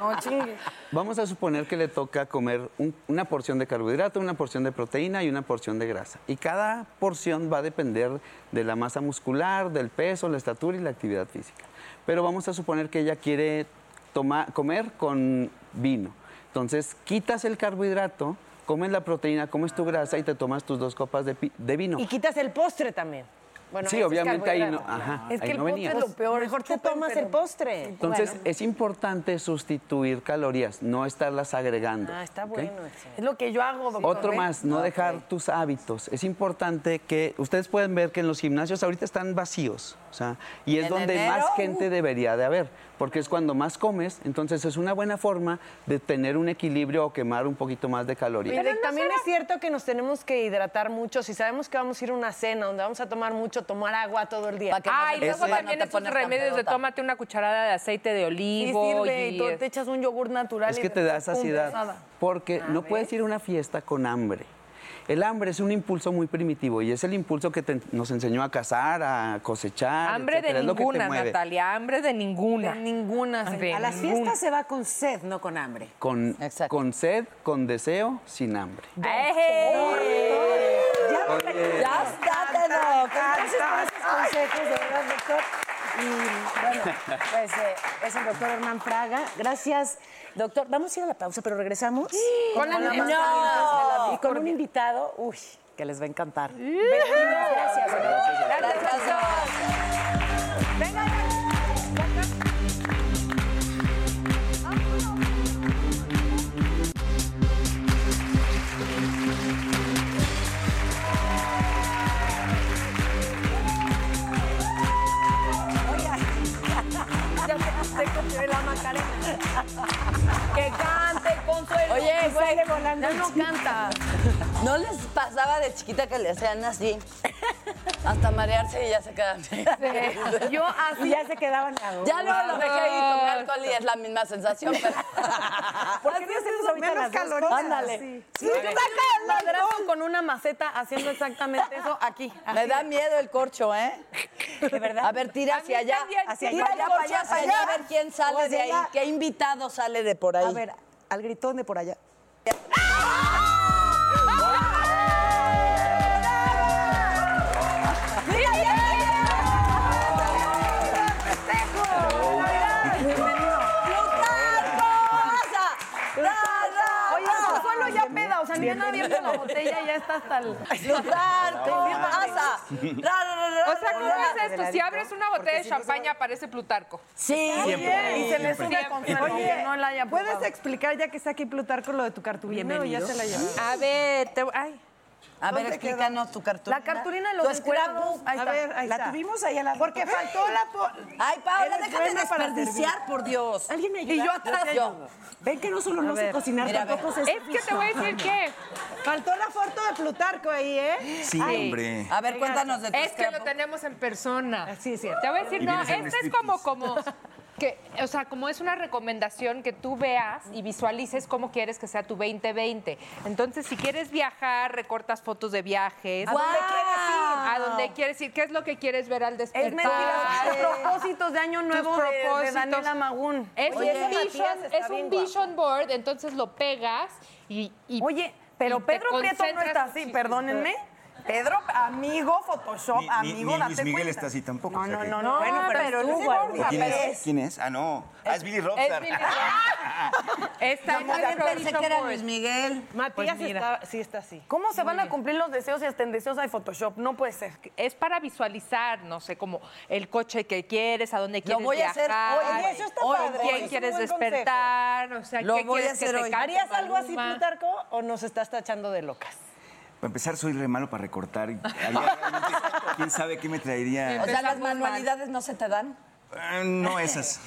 [SPEAKER 2] No chingue.
[SPEAKER 18] Vamos a suponer que le toca comer un- una porción de carbohidrato, una porción de proteína y una porción de grasa. Y cada porción va a depender de la masa muscular, del peso, la estatura y la actividad física. Pero vamos a suponer que ella quiere toma- comer con vino. Entonces, quitas el carbohidrato, comes la proteína, comes tu grasa y te tomas tus dos copas de, pi- de vino.
[SPEAKER 6] Y quitas el postre también. Bueno,
[SPEAKER 18] Sí,
[SPEAKER 6] ese es
[SPEAKER 18] obviamente ahí no-
[SPEAKER 6] carbohidrato.
[SPEAKER 18] ajá, Es que ahí el no postre venía. es lo
[SPEAKER 6] peor. Pues Mejor te tomas el postre.
[SPEAKER 18] Entonces, es importante sustituir calorías, no estarlas agregando.
[SPEAKER 2] Ah, está
[SPEAKER 18] ¿ok?
[SPEAKER 2] bueno eso. Es lo que yo hago, doctor. ¿eh?
[SPEAKER 18] Otro
[SPEAKER 2] ¿ve?
[SPEAKER 18] más, no dejar tus hábitos. Es importante que ustedes pueden ver que en los gimnasios ahorita están vacíos, o sea, y es
[SPEAKER 4] En
[SPEAKER 18] donde
[SPEAKER 4] enero,
[SPEAKER 18] más
[SPEAKER 4] uh.
[SPEAKER 18] gente debería de haber, porque es cuando más comes, entonces es una buena forma de tener un equilibrio o quemar un poquito más de calorías.
[SPEAKER 6] Pero también es cierto que nos tenemos que hidratar mucho. Si sabemos que vamos a ir a una cena donde vamos a tomar mucho, tomar agua todo el día.
[SPEAKER 5] Ay, luego también esos remedios de tómate una cucharada de aceite de
[SPEAKER 2] Y
[SPEAKER 5] olivo.
[SPEAKER 2] sirve, y tú te echas un yogur natural.
[SPEAKER 18] Es
[SPEAKER 2] y
[SPEAKER 18] que te das
[SPEAKER 2] pum,
[SPEAKER 18] saciedad.
[SPEAKER 2] pesada.
[SPEAKER 18] Porque no puedes ir a una fiesta con hambre. El hambre es un impulso muy primitivo y es el impulso que te- nos enseñó a cazar, a cosechar.
[SPEAKER 5] Hambre de
[SPEAKER 18] etcétera, es lo que te
[SPEAKER 5] ninguna,
[SPEAKER 18] mueve.
[SPEAKER 5] Natalia, hambre de ninguna.
[SPEAKER 2] ninguna.
[SPEAKER 5] De
[SPEAKER 3] A las
[SPEAKER 5] ninguna.
[SPEAKER 3] fiestas se va con sed, no con hambre.
[SPEAKER 18] Con, con sed, con deseo, sin hambre.
[SPEAKER 5] ¡Ejé!
[SPEAKER 18] Oye,
[SPEAKER 4] Ya está, te lo
[SPEAKER 3] Gracias por esos consejos, de verdad, doctor. Y bueno, pues eh, es el doctor Hernán Fraga. Gracias, doctor. Vamos a ir a la pausa, pero regresamos
[SPEAKER 2] Con la
[SPEAKER 3] más
[SPEAKER 2] no.
[SPEAKER 3] caliente de la- y con un invitado, uy, que les va a encantar. Vecinos, gracias.
[SPEAKER 2] Ya te conté la Macarena. Que cante, Consuelo.
[SPEAKER 4] Oye,
[SPEAKER 2] que
[SPEAKER 4] güey,
[SPEAKER 2] baile volando. Ya no canta.
[SPEAKER 4] ¿No les pasaba de chiquita que le hacían así? Hasta marearse y ya se quedan.
[SPEAKER 2] Yo así.
[SPEAKER 3] Ya se quedaban a
[SPEAKER 4] Ya luego lo dejé y tomé alcohol y es la misma sensación. Pero...
[SPEAKER 3] ¿Por qué no hacemos ahorita las dos cosas?
[SPEAKER 4] Ándale.
[SPEAKER 2] Sí, yo saca madrazo con una maceta haciendo exactamente eso aquí.
[SPEAKER 4] Me da miedo el corcho, ¿eh?
[SPEAKER 3] De verdad.
[SPEAKER 4] A ver, tira hacia allá.
[SPEAKER 3] Hacia
[SPEAKER 4] tira
[SPEAKER 3] allá.
[SPEAKER 4] allá, para allá, para allá, a ver quién
[SPEAKER 3] O
[SPEAKER 4] sale
[SPEAKER 3] hacia
[SPEAKER 4] de ahí.
[SPEAKER 3] allá.
[SPEAKER 4] ¿Qué invitado sale de por ahí?
[SPEAKER 3] A ver, al gritón de por allá.
[SPEAKER 4] ¡Pasa! ¡Ra, ra,
[SPEAKER 2] Oye,
[SPEAKER 4] ra! Ah,
[SPEAKER 2] pues, Consuelo ya peda, o sea, ni han abierto la botella y ya está hasta el...
[SPEAKER 4] Los barcos, asa.
[SPEAKER 5] O sea, ¿cómo es esto? Si abres una botella de champaña, aparece Plutarco.
[SPEAKER 4] Sí.
[SPEAKER 5] Siempre.
[SPEAKER 6] Y se le
[SPEAKER 5] Siempre.
[SPEAKER 6] sube con Oye, no la haya ¿puedes explicar ya que está aquí Plutarco lo de tu cartulina? o ya se la llevó?
[SPEAKER 5] A ver, te- ay.
[SPEAKER 4] A ver,
[SPEAKER 6] ¿Dónde quedó?
[SPEAKER 4] explícanos tu cartulina.
[SPEAKER 6] La cartulina lo
[SPEAKER 4] Tu
[SPEAKER 6] de cuervos.
[SPEAKER 4] scrapbook.
[SPEAKER 6] A ver, ahí está.
[SPEAKER 4] ahí a la...
[SPEAKER 6] Porque faltó la po-
[SPEAKER 4] Ay, Paola,
[SPEAKER 6] Eres
[SPEAKER 4] déjate
[SPEAKER 6] buena para
[SPEAKER 4] desperdiciar,
[SPEAKER 6] servir.
[SPEAKER 4] por Dios.
[SPEAKER 6] ¿Alguien me ayuda?
[SPEAKER 4] Y yo atrás.
[SPEAKER 6] Yo te ayudo.
[SPEAKER 8] Ven que no solo no
[SPEAKER 6] A
[SPEAKER 8] sé
[SPEAKER 6] ver,
[SPEAKER 8] cocinar,
[SPEAKER 6] mira, a ver.
[SPEAKER 8] tampoco sé
[SPEAKER 6] Es que te voy a decir que faltó la foto de Plutarco ahí, ¿eh?
[SPEAKER 19] Sí,
[SPEAKER 6] Ay.
[SPEAKER 19] hombre.
[SPEAKER 4] A ver, cuéntanos de tu
[SPEAKER 5] Es que lo
[SPEAKER 4] scrapbook.
[SPEAKER 5] tenemos en persona.
[SPEAKER 6] Sí, sí.
[SPEAKER 5] Te voy a decir,
[SPEAKER 19] Y
[SPEAKER 5] no,
[SPEAKER 19] vienes en
[SPEAKER 5] esta es
[SPEAKER 19] striptease.
[SPEAKER 5] como, como, que, o sea, como es una recomendación que tú veas y visualices cómo quieres que sea tu 2020. Entonces, si quieres viajar, recortas fotos de viajes.
[SPEAKER 2] ¿A dónde quieres ir?
[SPEAKER 5] A dónde quieres ir. ¿Qué es lo que quieres ver al despertar?
[SPEAKER 2] Es mentira, los propósitos de año
[SPEAKER 5] Tus
[SPEAKER 2] nuevo de- de,
[SPEAKER 5] propósitos.
[SPEAKER 2] Daniela Magún.
[SPEAKER 5] Es
[SPEAKER 2] Oye,
[SPEAKER 5] un
[SPEAKER 2] ese
[SPEAKER 5] vision,
[SPEAKER 2] Matías está
[SPEAKER 5] es un
[SPEAKER 2] bien
[SPEAKER 5] vision board, entonces lo pegas y... Oye,
[SPEAKER 2] Pero Pedro Prieto no está así, perdónenme. Pedro, amigo Photoshop,
[SPEAKER 19] Ni- ni,
[SPEAKER 2] amigo,
[SPEAKER 19] ni
[SPEAKER 2] date
[SPEAKER 19] Luis Miguel
[SPEAKER 2] cuenta.
[SPEAKER 19] está así tampoco.
[SPEAKER 2] No,
[SPEAKER 19] o sea
[SPEAKER 2] no,
[SPEAKER 19] que-
[SPEAKER 2] no, no, bueno, pero,
[SPEAKER 5] pero
[SPEAKER 2] tú,
[SPEAKER 5] Luis
[SPEAKER 2] guarda.
[SPEAKER 5] Borja,
[SPEAKER 19] ¿Quién
[SPEAKER 5] pero
[SPEAKER 19] es? ¿Quién es? Ah, no. Ah, es Billy Robstar.
[SPEAKER 5] Billy Está
[SPEAKER 4] Yo también pensé que era Luis Miguel.
[SPEAKER 6] Matías
[SPEAKER 5] Pues mira.
[SPEAKER 6] está, sí está así.
[SPEAKER 2] ¿Cómo se van a cumplir los deseos y hasta en deseos hay Photoshop? No puede ser.
[SPEAKER 5] es para visualizar, no sé, como el coche que quieres, a dónde quieres
[SPEAKER 4] voy a hacer
[SPEAKER 5] viajar.
[SPEAKER 4] hoy. Oye, eso está
[SPEAKER 5] hoy
[SPEAKER 4] padre.
[SPEAKER 5] ¿Quién
[SPEAKER 4] Es un
[SPEAKER 5] quieres
[SPEAKER 4] buen
[SPEAKER 5] despertar? O sea,
[SPEAKER 4] Lo
[SPEAKER 5] ¿qué
[SPEAKER 4] voy a
[SPEAKER 5] quieres que
[SPEAKER 4] hacer
[SPEAKER 5] te
[SPEAKER 4] hoy.
[SPEAKER 5] cante
[SPEAKER 6] ¿Harías algo así,
[SPEAKER 5] Maluma?
[SPEAKER 6] Plutarco, o nos estás tachando de locas?
[SPEAKER 19] Para empezar, soy re malo para recortar. y había- ¿Quién sabe qué me traería?
[SPEAKER 4] O sea, las manualidades no se te dan.
[SPEAKER 19] Ah, no esas.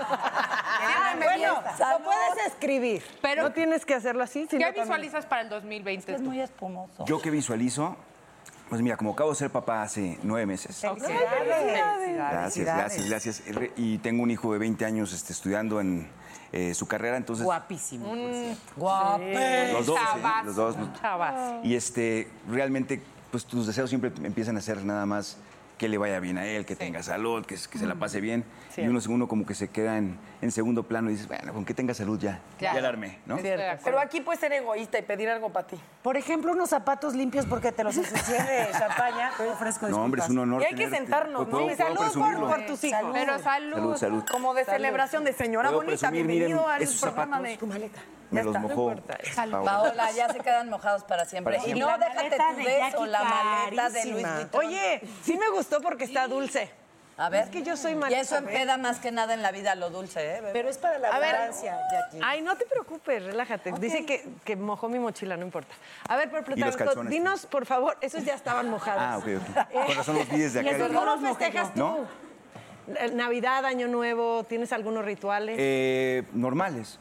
[SPEAKER 4] Ah,
[SPEAKER 6] bueno,
[SPEAKER 4] salud.
[SPEAKER 6] lo puedes escribir.
[SPEAKER 5] Pero-
[SPEAKER 6] no tienes que hacerlo así.
[SPEAKER 5] ¿Qué
[SPEAKER 6] sino también-
[SPEAKER 5] visualizas para el 2020?
[SPEAKER 4] Es muy espumoso.
[SPEAKER 19] Yo que visualizo, pues mira, como acabo de ser papá hace nueve meses. Gracias, gracias, gracias. Re- Y tengo un hijo de 20 años este, estudiando en eh, su carrera, entonces.
[SPEAKER 5] Mm,
[SPEAKER 4] Guapísimo. Guapo.
[SPEAKER 19] Los dos, sí,
[SPEAKER 5] Chavazo,
[SPEAKER 19] los dos.
[SPEAKER 5] chavazo.
[SPEAKER 19] Y este, realmente, pues tus deseos siempre empiezan a ser nada más que le vaya bien a él, que tenga salud, que, que se la pase bien.
[SPEAKER 5] Sí.
[SPEAKER 19] Y uno, uno como que se queda en, en segundo plano y dices, bueno, con que tenga salud ya,
[SPEAKER 2] Claro.
[SPEAKER 19] ya la armé, ¿no?
[SPEAKER 2] Pero aquí puedes ser egoísta y pedir algo para ti.
[SPEAKER 8] Por ejemplo, unos zapatos limpios porque te los ensucié de champaña. Ofrezco
[SPEAKER 19] No, hombre, es un honor.
[SPEAKER 2] Y hay que
[SPEAKER 19] tenerte.
[SPEAKER 2] sentarnos,
[SPEAKER 19] Puedo-
[SPEAKER 2] ¿no?
[SPEAKER 19] puedo
[SPEAKER 2] Y salud por-
[SPEAKER 19] presumirlo.
[SPEAKER 2] por tus hijos.
[SPEAKER 5] Salud. Pero salud.
[SPEAKER 19] Salud, salud.
[SPEAKER 2] Como de celebración de señora
[SPEAKER 19] Puedo
[SPEAKER 2] bonita.
[SPEAKER 19] presumir, miren,
[SPEAKER 2] Bienvenido al
[SPEAKER 19] esos
[SPEAKER 2] programa
[SPEAKER 19] zapatos
[SPEAKER 2] de... Tu maleta.
[SPEAKER 19] Me los mojó.
[SPEAKER 4] Paola.
[SPEAKER 19] Paola.
[SPEAKER 4] ya se quedan mojados para siempre.
[SPEAKER 19] Para siempre.
[SPEAKER 4] Y no,
[SPEAKER 19] La
[SPEAKER 4] déjate
[SPEAKER 6] maleta
[SPEAKER 4] tu
[SPEAKER 6] de
[SPEAKER 4] beso,
[SPEAKER 6] Jackie
[SPEAKER 4] la maleta de Luis
[SPEAKER 6] carísima.
[SPEAKER 4] Vuitton.
[SPEAKER 6] Oye, sí me gustó porque está dulce.
[SPEAKER 4] a ver.
[SPEAKER 6] es que yo soy mal-
[SPEAKER 4] Y eso
[SPEAKER 6] a ver.
[SPEAKER 4] empeda más que nada en la vida lo dulce, ¿eh? bebé?
[SPEAKER 8] Pero es para la
[SPEAKER 6] A ver.
[SPEAKER 8] abundancia, Jackie.
[SPEAKER 6] Ay, no te preocupes, relájate. Dice que, que mojó mi mochila, no importa. A ver, por
[SPEAKER 19] los
[SPEAKER 6] Plutarco,
[SPEAKER 19] calzones.
[SPEAKER 6] dinos, por favor, esos ya estaban mojados.
[SPEAKER 19] Ah, ok, ok. Con razón los vi desde
[SPEAKER 6] ¿Y
[SPEAKER 19] acá.
[SPEAKER 6] esos
[SPEAKER 19] Dije,
[SPEAKER 6] no los festejas tú?
[SPEAKER 19] ¿No?
[SPEAKER 6] Eh, Navidad, Año Nuevo, ¿tienes algunos rituales?
[SPEAKER 19] Eh, normales.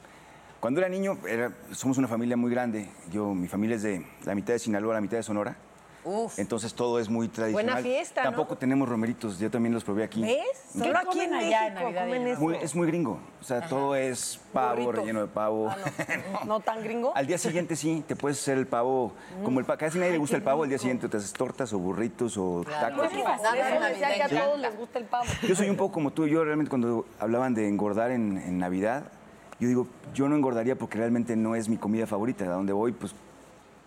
[SPEAKER 19] Cuando era niño, era- somos una familia muy grande. Yo, mi familia es de la mitad de Sinaloa, la mitad de Sonora.
[SPEAKER 4] Uf.
[SPEAKER 19] Entonces todo es muy tradicional.
[SPEAKER 6] fiesta, ¿no?
[SPEAKER 19] Tampoco tenemos romeritos, yo también los probé aquí.
[SPEAKER 6] ¿Ves? Solo aquí en México comen eso.
[SPEAKER 19] Muy- es muy gringo. O sea, todo es pavo,
[SPEAKER 2] Burritos.
[SPEAKER 19] relleno de pavo.
[SPEAKER 2] No tan gringo.
[SPEAKER 19] Al día siguiente sí, te puedes hacer el pavo. Como el pavo, casi nadie le gusta el pavo, al día siguiente te haces tortas o burritos o tacos.
[SPEAKER 4] Nada
[SPEAKER 2] Eso
[SPEAKER 4] en
[SPEAKER 2] decía que
[SPEAKER 4] navideño.
[SPEAKER 2] a todos les gusta el pavo.
[SPEAKER 19] Yo soy un poco como tú. Yo realmente cuando hablaban de engordar en, en Navidad, yo digo, yo no engordaría porque realmente no es mi comida favorita. A donde voy, pues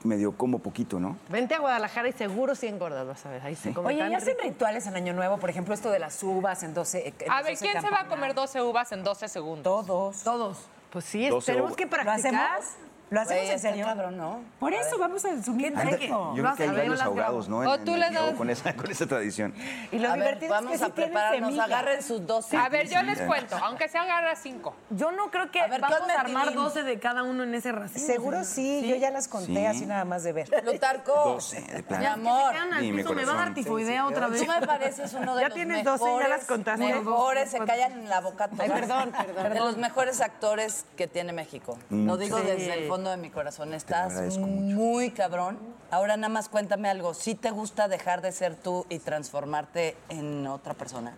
[SPEAKER 19] medio como poquito, ¿no?
[SPEAKER 6] Vente a Guadalajara y seguro sí engordas, vas a ver. Ahí se come
[SPEAKER 8] Oye,
[SPEAKER 6] tan
[SPEAKER 8] ¿y hacen
[SPEAKER 6] rico.
[SPEAKER 8] rituales en Año Nuevo? Por ejemplo, esto de las uvas en 12... eh, en
[SPEAKER 5] A ver,
[SPEAKER 8] 12
[SPEAKER 5] ¿quién se va a
[SPEAKER 8] campanadas.
[SPEAKER 5] comer 12 uvas en 12 segundos?
[SPEAKER 8] Todos.
[SPEAKER 4] Todos.
[SPEAKER 6] Pues sí, es-
[SPEAKER 19] Doce
[SPEAKER 6] tenemos
[SPEAKER 19] uvas.
[SPEAKER 6] que
[SPEAKER 8] ¿Lo
[SPEAKER 6] practicar.
[SPEAKER 8] hacemos? ¿Lo hacemos
[SPEAKER 4] Güey,
[SPEAKER 8] en
[SPEAKER 4] está
[SPEAKER 8] serio?
[SPEAKER 4] cabrón, ¿no?
[SPEAKER 8] Por eso vamos a subir
[SPEAKER 19] Anda,
[SPEAKER 8] directo.
[SPEAKER 19] Yo creo que hay varios ahogados, ¿no? En-
[SPEAKER 5] O
[SPEAKER 19] en-
[SPEAKER 5] tú le das-
[SPEAKER 19] con, esa, con esa tradición.
[SPEAKER 8] Y lo
[SPEAKER 4] A ver,
[SPEAKER 8] divertido
[SPEAKER 4] vamos
[SPEAKER 8] es que
[SPEAKER 4] a
[SPEAKER 8] sí tienen
[SPEAKER 4] prepararnos.
[SPEAKER 8] semilla.
[SPEAKER 4] Agarren sus 12.
[SPEAKER 5] A ver, yo
[SPEAKER 19] sí,
[SPEAKER 5] les
[SPEAKER 19] ya.
[SPEAKER 5] cuento, aunque se agarra 5.
[SPEAKER 2] Yo no creo que
[SPEAKER 4] A ver,
[SPEAKER 2] vamos
[SPEAKER 4] ponme
[SPEAKER 2] a armar
[SPEAKER 4] tilín.
[SPEAKER 2] 12 de cada uno en ese racimo.
[SPEAKER 8] Seguro sí, yo ya las conté
[SPEAKER 19] Sí.
[SPEAKER 8] así nada más de ver.
[SPEAKER 4] Plutarco.
[SPEAKER 19] 12, de plano.
[SPEAKER 4] Mi amor.
[SPEAKER 2] Vean al
[SPEAKER 19] Dime,
[SPEAKER 2] piso, me va a dar
[SPEAKER 19] corazón.
[SPEAKER 2] tifoidea otra vez.
[SPEAKER 4] Tú me pareces uno de
[SPEAKER 6] Ya
[SPEAKER 4] los
[SPEAKER 6] tienes
[SPEAKER 4] mejores,
[SPEAKER 6] 12 y ya las contaste.
[SPEAKER 4] mejores, se callan en la boca todos.
[SPEAKER 6] Ay, perdón, perdón.
[SPEAKER 4] De los mejores actores que tiene México. Lo digo desde el fondo de mi corazón. Estás
[SPEAKER 19] Mm. agradezco mucho.
[SPEAKER 4] muy cabrón. Ahora nada más cuéntame algo. ¿Sí te gusta dejar de ser tú y transformarte en otra persona?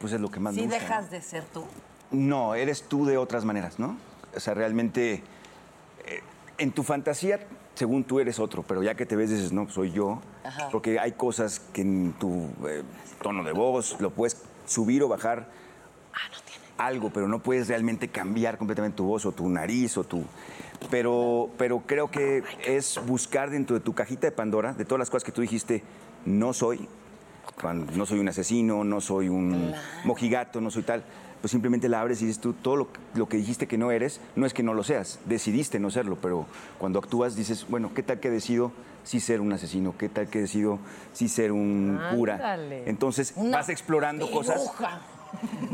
[SPEAKER 19] Pues es lo que más
[SPEAKER 4] ¿Sí
[SPEAKER 19] me gusta.
[SPEAKER 4] dejas de ser tú?
[SPEAKER 19] No, eres tú de otras maneras, ¿no? O sea, realmente, eh, en tu fantasía, según tú eres otro, pero ya que te ves dices, no, pues, soy yo,
[SPEAKER 4] Ajá.
[SPEAKER 19] porque hay cosas que en tu eh, tono de voz lo puedes subir o bajar algo, pero no puedes realmente cambiar completamente tu voz o tu nariz o tu... Pero, pero creo que es buscar dentro de tu cajita de Pandora, de todas las cosas que tú dijiste, no soy, cuando no soy un asesino, no soy un mojigato, no soy tal. pues simplemente la abres y dices tú, todo lo, lo que dijiste que no eres, no es que no lo seas, decidiste no serlo, pero cuando actúas dices, bueno, ¿qué tal que decido sí ser un asesino? ¿Qué tal que decido sí ser un cura?
[SPEAKER 6] Ándale.
[SPEAKER 19] Entonces vas explorando cosas.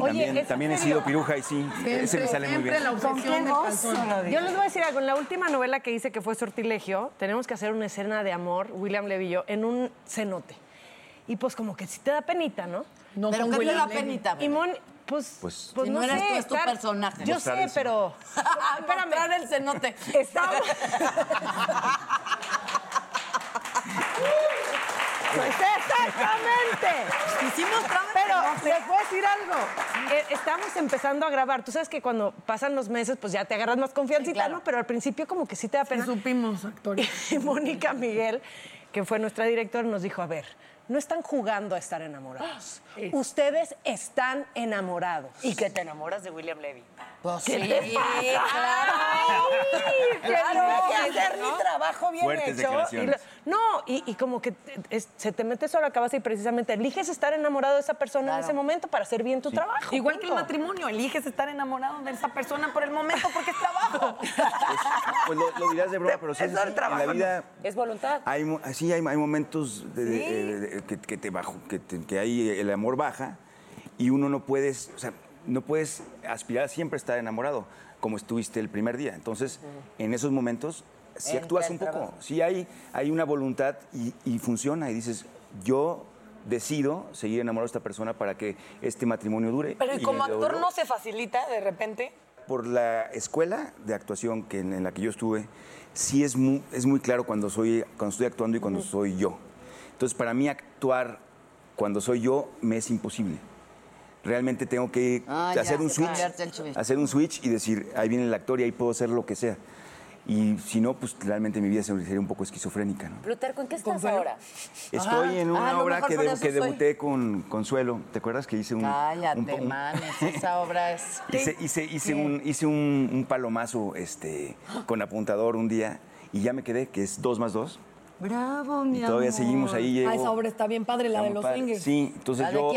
[SPEAKER 6] Oye,
[SPEAKER 19] También,
[SPEAKER 6] ¿es
[SPEAKER 19] también
[SPEAKER 6] en
[SPEAKER 19] he sido
[SPEAKER 6] serio?
[SPEAKER 19] piruja y sí, ese me sale muy bien.
[SPEAKER 6] ¿Con qué voz? Yo les voy a decir algo. En la última novela que hice, que fue Sortilegio, tenemos que hacer una escena de amor, William Levy y yo, en un cenote. Y pues como que sí te da penita, ¿no?
[SPEAKER 4] No, ¿Pero con qué te William da Levy. penita,
[SPEAKER 6] Y Mon, pues,
[SPEAKER 19] pues,
[SPEAKER 4] Si no eras tú, es tu personaje.
[SPEAKER 6] Yo
[SPEAKER 4] Mostrar
[SPEAKER 6] sé,
[SPEAKER 4] el cenote.
[SPEAKER 6] pero... Espérame. el cenote. Estaba... Pues exactamente. Pero les voy a decir algo. Eh, Estamos empezando a grabar. Tú sabes que cuando pasan los meses, pues ya te agarras más confianza y tal, ¿no? Pero al principio como que sí te da pena. supimos, actores. Y Mónica Miguel, que fue nuestra directora, nos dijo, a ver, no están jugando a estar enamorados. Ustedes están enamorados. Y que te enamoras de William Levy.
[SPEAKER 4] Pues
[SPEAKER 6] ¿Qué
[SPEAKER 4] sí,
[SPEAKER 6] te pasa?
[SPEAKER 4] claro.
[SPEAKER 6] Ay, que
[SPEAKER 4] Claro,
[SPEAKER 6] no, que
[SPEAKER 4] ¿no?
[SPEAKER 6] hacer mi trabajo bien
[SPEAKER 4] Fuertes
[SPEAKER 6] hecho.
[SPEAKER 4] declaraciones.
[SPEAKER 6] Y lo- no, y, y como que te- es- se te mete sobre la cabeza y precisamente eliges estar enamorado de esa persona en ese momento para hacer bien tu trabajo.
[SPEAKER 2] Igual que el matrimonio, eliges estar enamorado de esa persona por el momento porque es trabajo.
[SPEAKER 19] Pues lo, lo dirás de broma, pero sí, sí, sí, en la vida
[SPEAKER 3] Es voluntad.
[SPEAKER 19] hay, mo- sí, hay, hay momentos de- de- de- de- que, que te bajo, que, te- que ahí el amor baja y uno no puedes, o sea, no puedes aspirar a siempre estar enamorado como estuviste el primer día. Entonces, en esos momentos, si
[SPEAKER 4] Entra
[SPEAKER 19] actúas
[SPEAKER 4] el
[SPEAKER 19] un poco,
[SPEAKER 4] trabajo.
[SPEAKER 19] si hay, hay una voluntad y, y funciona y dices, yo decido seguir enamorado de esta persona para que este matrimonio dure.
[SPEAKER 2] Pero ¿y como
[SPEAKER 19] lo-
[SPEAKER 2] actor
[SPEAKER 19] lo-
[SPEAKER 2] no se facilita de repente?
[SPEAKER 19] por la escuela de actuación que en, en la que yo estuve, sí es muy, es muy claro cuando, soy, cuando estoy actuando y cuando
[SPEAKER 2] Ujú.
[SPEAKER 19] soy yo. Entonces, para mí actuar cuando soy yo me es imposible. Realmente tengo que
[SPEAKER 4] Ah, ya,
[SPEAKER 19] hacer un
[SPEAKER 4] se
[SPEAKER 19] switch,
[SPEAKER 4] convierte el switch.
[SPEAKER 19] hacer un switch y decir, ahí viene el actor y ahí puedo hacer lo que sea. Y si no, pues realmente mi vida sería un poco esquizofrénica. ¿no?
[SPEAKER 3] Plutarco, ¿en qué estás ahora?
[SPEAKER 19] Estoy
[SPEAKER 3] Ajá.
[SPEAKER 19] en
[SPEAKER 3] Ah,
[SPEAKER 19] una
[SPEAKER 3] a lo
[SPEAKER 19] obra
[SPEAKER 3] mejor
[SPEAKER 19] que,
[SPEAKER 3] por
[SPEAKER 19] debu-
[SPEAKER 3] eso
[SPEAKER 19] que
[SPEAKER 3] soy.
[SPEAKER 19] debuté con Consuelo. ¿Te acuerdas que hice un, un po-
[SPEAKER 4] Cállate,
[SPEAKER 19] un-
[SPEAKER 4] mames. Esa obra es.
[SPEAKER 19] Hice, hice- hice un, hice un, un palomazo este, con apuntador un día y ya me quedé, que es 2 más 2.
[SPEAKER 20] Bravo, mi
[SPEAKER 19] Y todavía
[SPEAKER 20] amor.
[SPEAKER 19] seguimos ahí, llego.
[SPEAKER 20] Ah, esa obra está bien padre, la de los swingers.
[SPEAKER 19] Sí, entonces yo...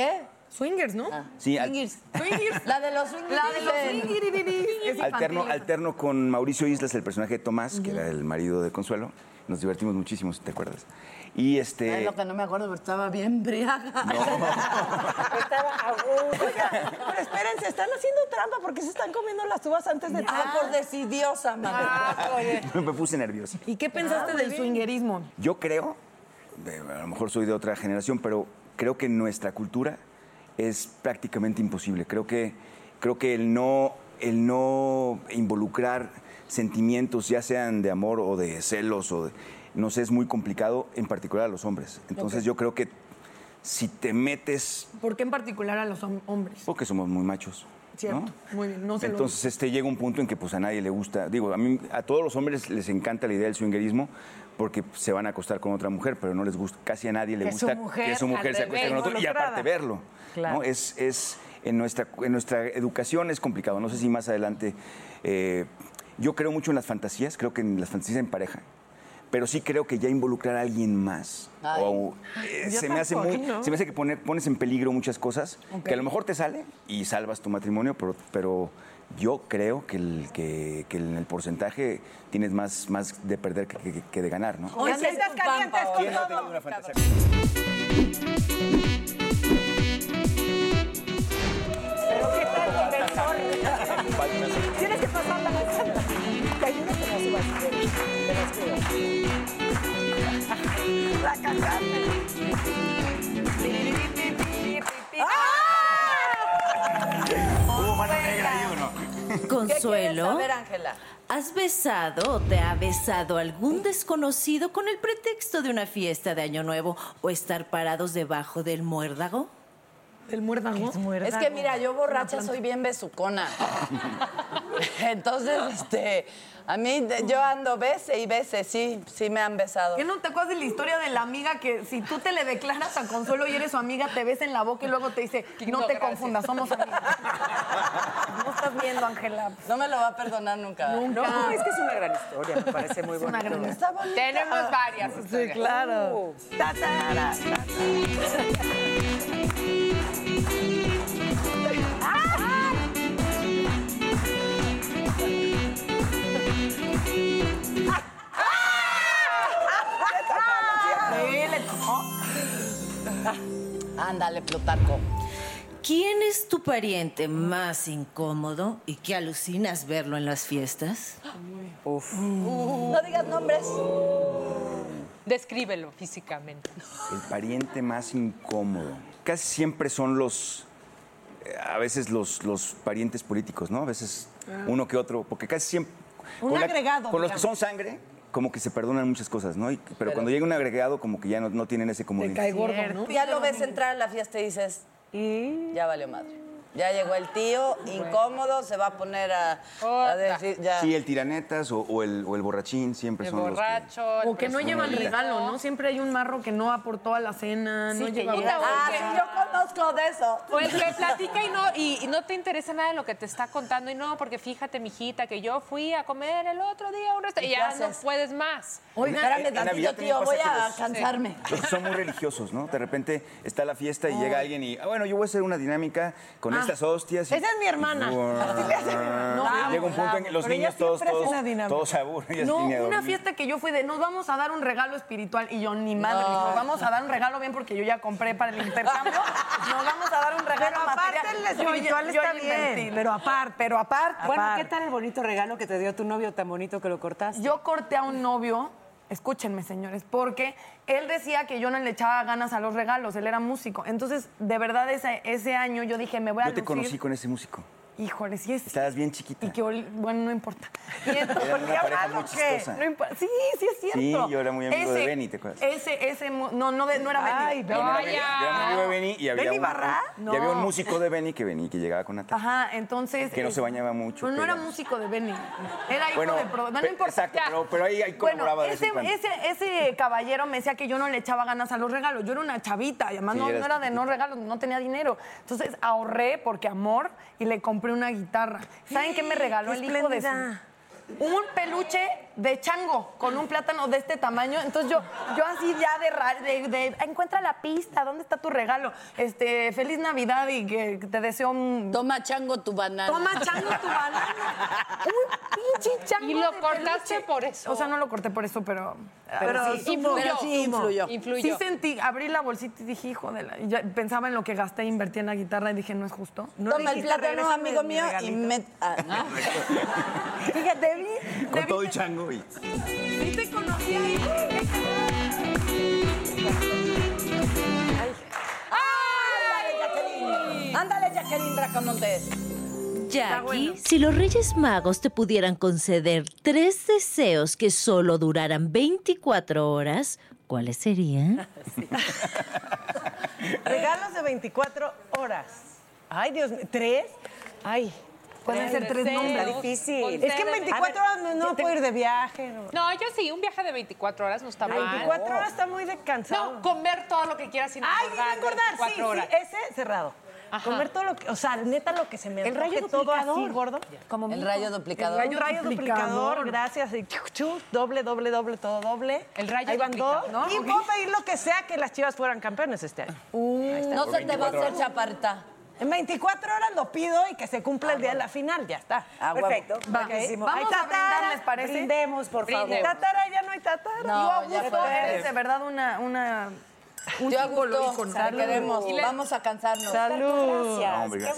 [SPEAKER 20] Swingers, ¿no?
[SPEAKER 2] Ah.
[SPEAKER 19] Sí, al-
[SPEAKER 20] La de los swingers. La de los swingers.
[SPEAKER 19] alterno, alterno con Mauricio Islas, el personaje de Tomás, que era el marido de Consuelo. Nos divertimos muchísimo, si te acuerdas. Y
[SPEAKER 4] Es
[SPEAKER 19] este...
[SPEAKER 4] lo que no me acuerdo, pero estaba bien briaga.
[SPEAKER 6] Estaba a gusto. Oiga, Pero espérense, están haciendo trampa porque se están comiendo las uvas antes de
[SPEAKER 4] Ah, por
[SPEAKER 6] decidiosa,
[SPEAKER 19] Ah.
[SPEAKER 20] Ah,
[SPEAKER 19] me puse nervioso.
[SPEAKER 2] ¿Y qué pensaste del swingerismo?
[SPEAKER 19] Yo creo, eh, a lo mejor soy de otra generación, pero creo que en nuestra cultura es prácticamente imposible. Creo que, creo que el, no, el no involucrar sentimientos, ya sean de amor o de celos, o de, no sé, es muy complicado, en particular a los hombres. Entonces
[SPEAKER 2] Ok.
[SPEAKER 19] yo creo que si te metes,
[SPEAKER 2] ¿Por qué en particular a los hom- hombres?
[SPEAKER 19] porque somos muy machos.
[SPEAKER 2] Cierto.
[SPEAKER 19] ¿no?
[SPEAKER 2] Muy bien, no se
[SPEAKER 19] Entonces, este llega un punto en que pues a nadie le gusta. Digo, a mí, a todos los hombres les encanta la idea del swingerismo porque se van a acostar con otra mujer, pero no les gusta, casi a nadie le
[SPEAKER 21] Que su
[SPEAKER 19] gusta que
[SPEAKER 21] mujer
[SPEAKER 19] su mujer se
[SPEAKER 21] al
[SPEAKER 19] acueste con
[SPEAKER 21] revés,
[SPEAKER 19] otro y
[SPEAKER 21] involucrada.
[SPEAKER 19] aparte verlo.
[SPEAKER 21] Claro.
[SPEAKER 19] ¿no? Es, es en nuestra, en nuestra educación es complicado. No sé si más adelante. eh, yo creo mucho en las fantasías, creo que en las fantasías en pareja. Pero sí creo que ya involucrar a alguien más.
[SPEAKER 4] Ay.
[SPEAKER 19] o, eh,
[SPEAKER 4] Yo
[SPEAKER 19] se, me hace muy,
[SPEAKER 4] tampoco, ¿no?
[SPEAKER 19] se me hace que poner- pones en peligro muchas cosas
[SPEAKER 4] Ok.
[SPEAKER 19] que a lo mejor te sale y salvas tu matrimonio, pero, pero yo creo que, el, que, que en el porcentaje tienes más, más de perder que, que- que de ganar, ¿no?
[SPEAKER 6] Oye, estás calientes con todo. Tienes que pasar la manzana. Te ayudo con las uvas. Te las cuido. La
[SPEAKER 1] Consuelo.
[SPEAKER 4] A ver, Ángela.
[SPEAKER 1] ¿Has besado o te ha besado algún desconocido con el pretexto de una fiesta de Año Nuevo o estar parados debajo del muérdago?
[SPEAKER 2] ¿El muérdago?
[SPEAKER 4] Es que mira, yo borracha soy bien besucona. Entonces, este, a mí de- yo ando bese y bese, sí, sí me han besado.
[SPEAKER 2] ¿Qué no te acuerdas de la historia de la amiga que si tú te le declaras a Consuelo y eres su amiga, te ves en la boca y luego te dice, no te confundas, somos amigas? No estás viendo, Ángela.
[SPEAKER 4] No me lo va a perdonar nunca.
[SPEAKER 2] Nunca.
[SPEAKER 3] No, es que es una gran historia, me parece muy
[SPEAKER 4] Es una
[SPEAKER 3] bonita.
[SPEAKER 4] gran Está bonita. Tenemos varias historias.
[SPEAKER 2] Uh.
[SPEAKER 3] claro. Ta, ta, ra, ta, ta.
[SPEAKER 4] ¡Ah!
[SPEAKER 2] Sí, le tocó.
[SPEAKER 4] Ándale, Plutarco.
[SPEAKER 1] ¿Quién es tu pariente más incómodo y que alucinas verlo en las fiestas? Mm,
[SPEAKER 18] Uf.
[SPEAKER 4] No digas nombres.
[SPEAKER 5] Descríbelo físicamente.
[SPEAKER 19] El pariente más incómodo. Casi siempre son los. eh, A veces los, los parientes políticos, ¿no? A veces
[SPEAKER 6] Ah.
[SPEAKER 19] uno que otro. Porque casi siempre.
[SPEAKER 6] Un
[SPEAKER 19] con la-
[SPEAKER 6] agregado,
[SPEAKER 19] Con los que son
[SPEAKER 6] digamos.
[SPEAKER 19] sangre, como que se perdonan muchas cosas, ¿no? Y- pero,
[SPEAKER 4] Pero-
[SPEAKER 19] cuando llega un agregado, como que ya no, no tienen ese comodín.
[SPEAKER 4] Cierto. Ya lo ves entrar a la fiesta y dices, ya valió madre. Ya llegó el tío, incómodo, se va a poner a, a decir, ya.
[SPEAKER 19] Sí, el tiranetas o, o el, o el borrachín siempre son los. que-
[SPEAKER 2] O que no
[SPEAKER 19] persona
[SPEAKER 2] llevan
[SPEAKER 19] linda.
[SPEAKER 2] regalo, ¿no? Siempre hay un marro que no aportó a la cena,
[SPEAKER 5] Sí,
[SPEAKER 2] no
[SPEAKER 5] que
[SPEAKER 2] lleva Pues
[SPEAKER 5] llega- Ah, sí,
[SPEAKER 4] yo conozco de eso.
[SPEAKER 5] O el Pues, que platica y no, y, y no te interesa nada de lo que te está contando. Y no, porque fíjate, mijita, que yo fui a comer el otro día a un restaurante. Y
[SPEAKER 4] ¿Y qué
[SPEAKER 5] ya no
[SPEAKER 4] haces?
[SPEAKER 5] puedes más.
[SPEAKER 4] Oiga, espérame En tantito, Navidad también tío, pasa voy que a los- cansarme.
[SPEAKER 19] Los que son muy religiosos, ¿no? De repente está la fiesta y llega alguien y, ah, bueno, yo voy a hacer una dinámica con
[SPEAKER 6] Ah,
[SPEAKER 19] estas hostias. y-
[SPEAKER 6] esa es mi hermana.
[SPEAKER 19] Y- Ah.
[SPEAKER 6] Así le hace mi hermana. No, la
[SPEAKER 19] llega un
[SPEAKER 6] amo,
[SPEAKER 19] punto
[SPEAKER 6] la
[SPEAKER 19] en que
[SPEAKER 6] amo.
[SPEAKER 19] los
[SPEAKER 6] Pero ella
[SPEAKER 19] niños todos,
[SPEAKER 6] siempre hace
[SPEAKER 19] todos,
[SPEAKER 6] esa dinámica.
[SPEAKER 19] todos se aburren. ya
[SPEAKER 2] No, una
[SPEAKER 19] tiene dormir.
[SPEAKER 2] fiesta que yo fui de nos vamos a dar un regalo espiritual y yo ni madre,
[SPEAKER 4] No.
[SPEAKER 2] nos vamos a dar un regalo bien porque yo ya compré para el intercambio, nos vamos a dar un regalo
[SPEAKER 3] Pero aparte
[SPEAKER 2] material.
[SPEAKER 3] el
[SPEAKER 2] Yo ya-
[SPEAKER 3] espiritual
[SPEAKER 2] yo ya
[SPEAKER 3] está bien,
[SPEAKER 2] invertí.
[SPEAKER 3] pero aparte.
[SPEAKER 2] Pero aparte.
[SPEAKER 3] Bueno,
[SPEAKER 2] aparte.
[SPEAKER 3] ¿qué tal el bonito regalo que te dio tu novio tan bonito que lo cortaste?
[SPEAKER 2] Yo corté a un novio, escúchenme señores, porque él decía que yo no le echaba ganas a los regalos, él era músico. Entonces, de verdad, ese, ese año yo dije, me voy a
[SPEAKER 19] Yo te
[SPEAKER 2] lucir.
[SPEAKER 19] conocí con ese músico.
[SPEAKER 2] Híjole, sí es.
[SPEAKER 19] Estabas bien chiquita.
[SPEAKER 2] Y que, ol- bueno, no importa. Y
[SPEAKER 19] Era una
[SPEAKER 2] ahora
[SPEAKER 19] pareja
[SPEAKER 2] lo
[SPEAKER 19] muy
[SPEAKER 2] que-
[SPEAKER 19] chistosa.
[SPEAKER 2] no importa. Sí, sí es cierto.
[SPEAKER 19] Sí, yo era muy amigo de Benny, ¿te acuerdas?
[SPEAKER 2] Ese, ese, mu- no, no, de- no era Benny. Ay,
[SPEAKER 19] No, no era Benny. Yo era amigo de Benny y había, un, y había un músico de Benny que venía que llegaba con Natalia.
[SPEAKER 2] Ajá, entonces.
[SPEAKER 19] Que no se bañaba mucho,
[SPEAKER 2] No, no
[SPEAKER 19] pero-
[SPEAKER 2] era músico de Benny. Era hijo
[SPEAKER 19] Bueno,
[SPEAKER 2] de. pro- No, no
[SPEAKER 19] pe-
[SPEAKER 2] importa.
[SPEAKER 19] exacto, pero- pero ahí- ahí colaboraba
[SPEAKER 2] bueno,
[SPEAKER 19] de vez en
[SPEAKER 2] ese,
[SPEAKER 19] cuando.
[SPEAKER 2] ese, ese caballero me decía que yo no le echaba ganas a los regalos. Yo era una chavita, y además
[SPEAKER 19] Sí,
[SPEAKER 2] no,
[SPEAKER 19] eras
[SPEAKER 2] no era de no regalos, no tenía dinero. Entonces ahorré porque amor y le compré una guitarra. ¿Saben qué me regaló
[SPEAKER 3] ¡Qué
[SPEAKER 2] el hijo de
[SPEAKER 3] espléndida!
[SPEAKER 2] su? un peluche de chango con un plátano de este tamaño. Entonces yo, yo así ya de, ra- de- de, encuentra la pista, ¿dónde está tu regalo? Este, feliz Navidad y que te deseo un.
[SPEAKER 4] Toma chango tu banana.
[SPEAKER 2] Toma chango tu banana. Un pinche chango.
[SPEAKER 5] Y lo
[SPEAKER 2] de
[SPEAKER 5] cortaste
[SPEAKER 2] peluche.
[SPEAKER 5] por eso.
[SPEAKER 2] O sea, no lo corté por eso, pero.
[SPEAKER 5] Pero sí,
[SPEAKER 2] sumo.
[SPEAKER 5] pero sí
[SPEAKER 2] sumo.
[SPEAKER 5] influyó. Influyó.
[SPEAKER 2] Sí sentí, abrí la bolsita y dije, hijo de la. y ya pensaba en lo que gasté, invertí en la guitarra y dije, no es justo. No
[SPEAKER 4] Toma el
[SPEAKER 2] dijiste,
[SPEAKER 4] plátano,
[SPEAKER 2] "Regrésame
[SPEAKER 4] amigo
[SPEAKER 2] mi
[SPEAKER 4] mío, y
[SPEAKER 2] regalito".
[SPEAKER 4] met... ah, no.
[SPEAKER 2] Fíjate, vi.
[SPEAKER 19] Con todo y chango. y-
[SPEAKER 2] Sí te conocí ahí.
[SPEAKER 4] Ándale, Jacqueline. Ándale, Jacqueline Dracamontes.
[SPEAKER 7] Jackie, si los Reyes Magos te pudieran conceder tres deseos que solo duraran 24 horas, ¿cuáles serían?
[SPEAKER 6] Regalos de 24 horas. Ay, Dios mío. ¿Tres? Ay.
[SPEAKER 5] Pueden ser tres
[SPEAKER 6] deseos,
[SPEAKER 5] nombres.
[SPEAKER 6] difícil.
[SPEAKER 5] Concédeme.
[SPEAKER 6] Es que en 24
[SPEAKER 5] A ver,
[SPEAKER 6] horas no, no
[SPEAKER 5] te-
[SPEAKER 6] puedo ir de viaje. No.
[SPEAKER 5] No, yo sí, un viaje de 24 horas no está mal.
[SPEAKER 6] 24 horas está muy de cansado.
[SPEAKER 5] No, comer todo lo que quieras sin
[SPEAKER 6] Ay,
[SPEAKER 5] engordar.
[SPEAKER 6] sin engordar, sí,
[SPEAKER 5] 24 horas.
[SPEAKER 6] sí, ese cerrado. Comer todo lo que, o sea, neta lo que se me
[SPEAKER 4] El
[SPEAKER 6] antoje,
[SPEAKER 4] rayo
[SPEAKER 6] todo así,
[SPEAKER 4] duplicador.
[SPEAKER 6] gordo.
[SPEAKER 4] El mico. rayo duplicador.
[SPEAKER 6] El rayo,
[SPEAKER 4] Un rayo
[SPEAKER 6] duplicador,
[SPEAKER 4] duplicador.
[SPEAKER 6] gracias. y chu, chu, doble, doble, doble, todo doble. El
[SPEAKER 4] rayo
[SPEAKER 6] Ahí van
[SPEAKER 4] duplicador,
[SPEAKER 6] dos.
[SPEAKER 4] ¿no?
[SPEAKER 6] Y
[SPEAKER 4] Ok.
[SPEAKER 6] puedo pedir lo que sea que las chivas fueran campeones este año.
[SPEAKER 4] Uh, No se te va a hacer chaparta.
[SPEAKER 6] En 24 horas lo pido y que se cumpla el día de la final, ya está.
[SPEAKER 4] Ah, huevo.
[SPEAKER 6] Perfecto.
[SPEAKER 4] Va.
[SPEAKER 6] buenísimo.
[SPEAKER 2] Vamos
[SPEAKER 6] Hay
[SPEAKER 2] a brindar,
[SPEAKER 6] tatara,
[SPEAKER 2] ¿les parece?
[SPEAKER 6] Brindemos, por favor.
[SPEAKER 2] Brindemos.
[SPEAKER 6] Tatara, ya no hay tatara.
[SPEAKER 2] Yo,
[SPEAKER 4] No, ya
[SPEAKER 2] Augusto,
[SPEAKER 4] fue.
[SPEAKER 2] eres de verdad una. una un
[SPEAKER 4] Yo a
[SPEAKER 2] símbolo,
[SPEAKER 4] gusto,
[SPEAKER 2] ícono.
[SPEAKER 4] te queremos.
[SPEAKER 2] Y le-
[SPEAKER 4] Vamos a cansarnos.
[SPEAKER 6] Salud.
[SPEAKER 19] No, hombre,
[SPEAKER 5] Lo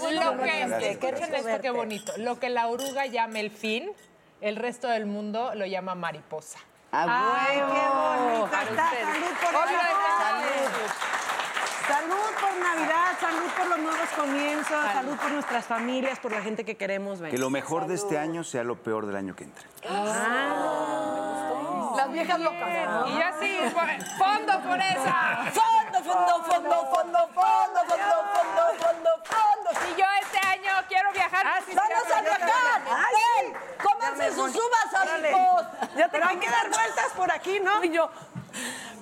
[SPEAKER 5] que,
[SPEAKER 19] gracias. Gracias,
[SPEAKER 5] escuchen
[SPEAKER 19] gracias.
[SPEAKER 5] esto, qué bonito. Lo que la oruga llama el fin, el resto del mundo lo llama mariposa.
[SPEAKER 4] Ah,
[SPEAKER 5] Ah,
[SPEAKER 6] Ay, qué bonito
[SPEAKER 5] Para
[SPEAKER 6] está.
[SPEAKER 5] ustedes.
[SPEAKER 6] Salud por
[SPEAKER 5] Hola,
[SPEAKER 6] Navidad. Salud por Navidad, salud por los nuevos comienzos, salud, por nuestras familias, por la gente que queremos.
[SPEAKER 19] Que lo mejor de este año sea lo peor del año que entra.
[SPEAKER 6] Ah.
[SPEAKER 2] Las viejas locas. ¿no?
[SPEAKER 5] Y ya sí, fue- fondo por esa.
[SPEAKER 4] Fondo, fondo, fondo, fondo, fondo, fondo, fondo, fondo, fondo.
[SPEAKER 5] Y yo este año quiero viajar.
[SPEAKER 4] ¡Vamos a viajar! ¡Ven! ¡Cómanse sus uvas, amigos!
[SPEAKER 6] Ya te Pero hay que dar vueltas por aquí, ¿no? Y yo.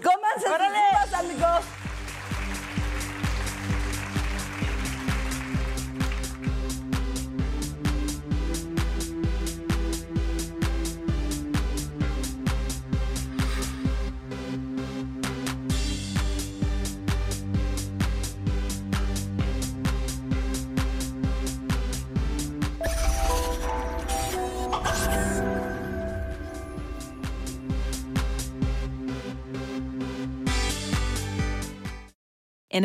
[SPEAKER 4] ¡Cómanse sus uvas, amigos!
[SPEAKER 22] Thank
[SPEAKER 16] In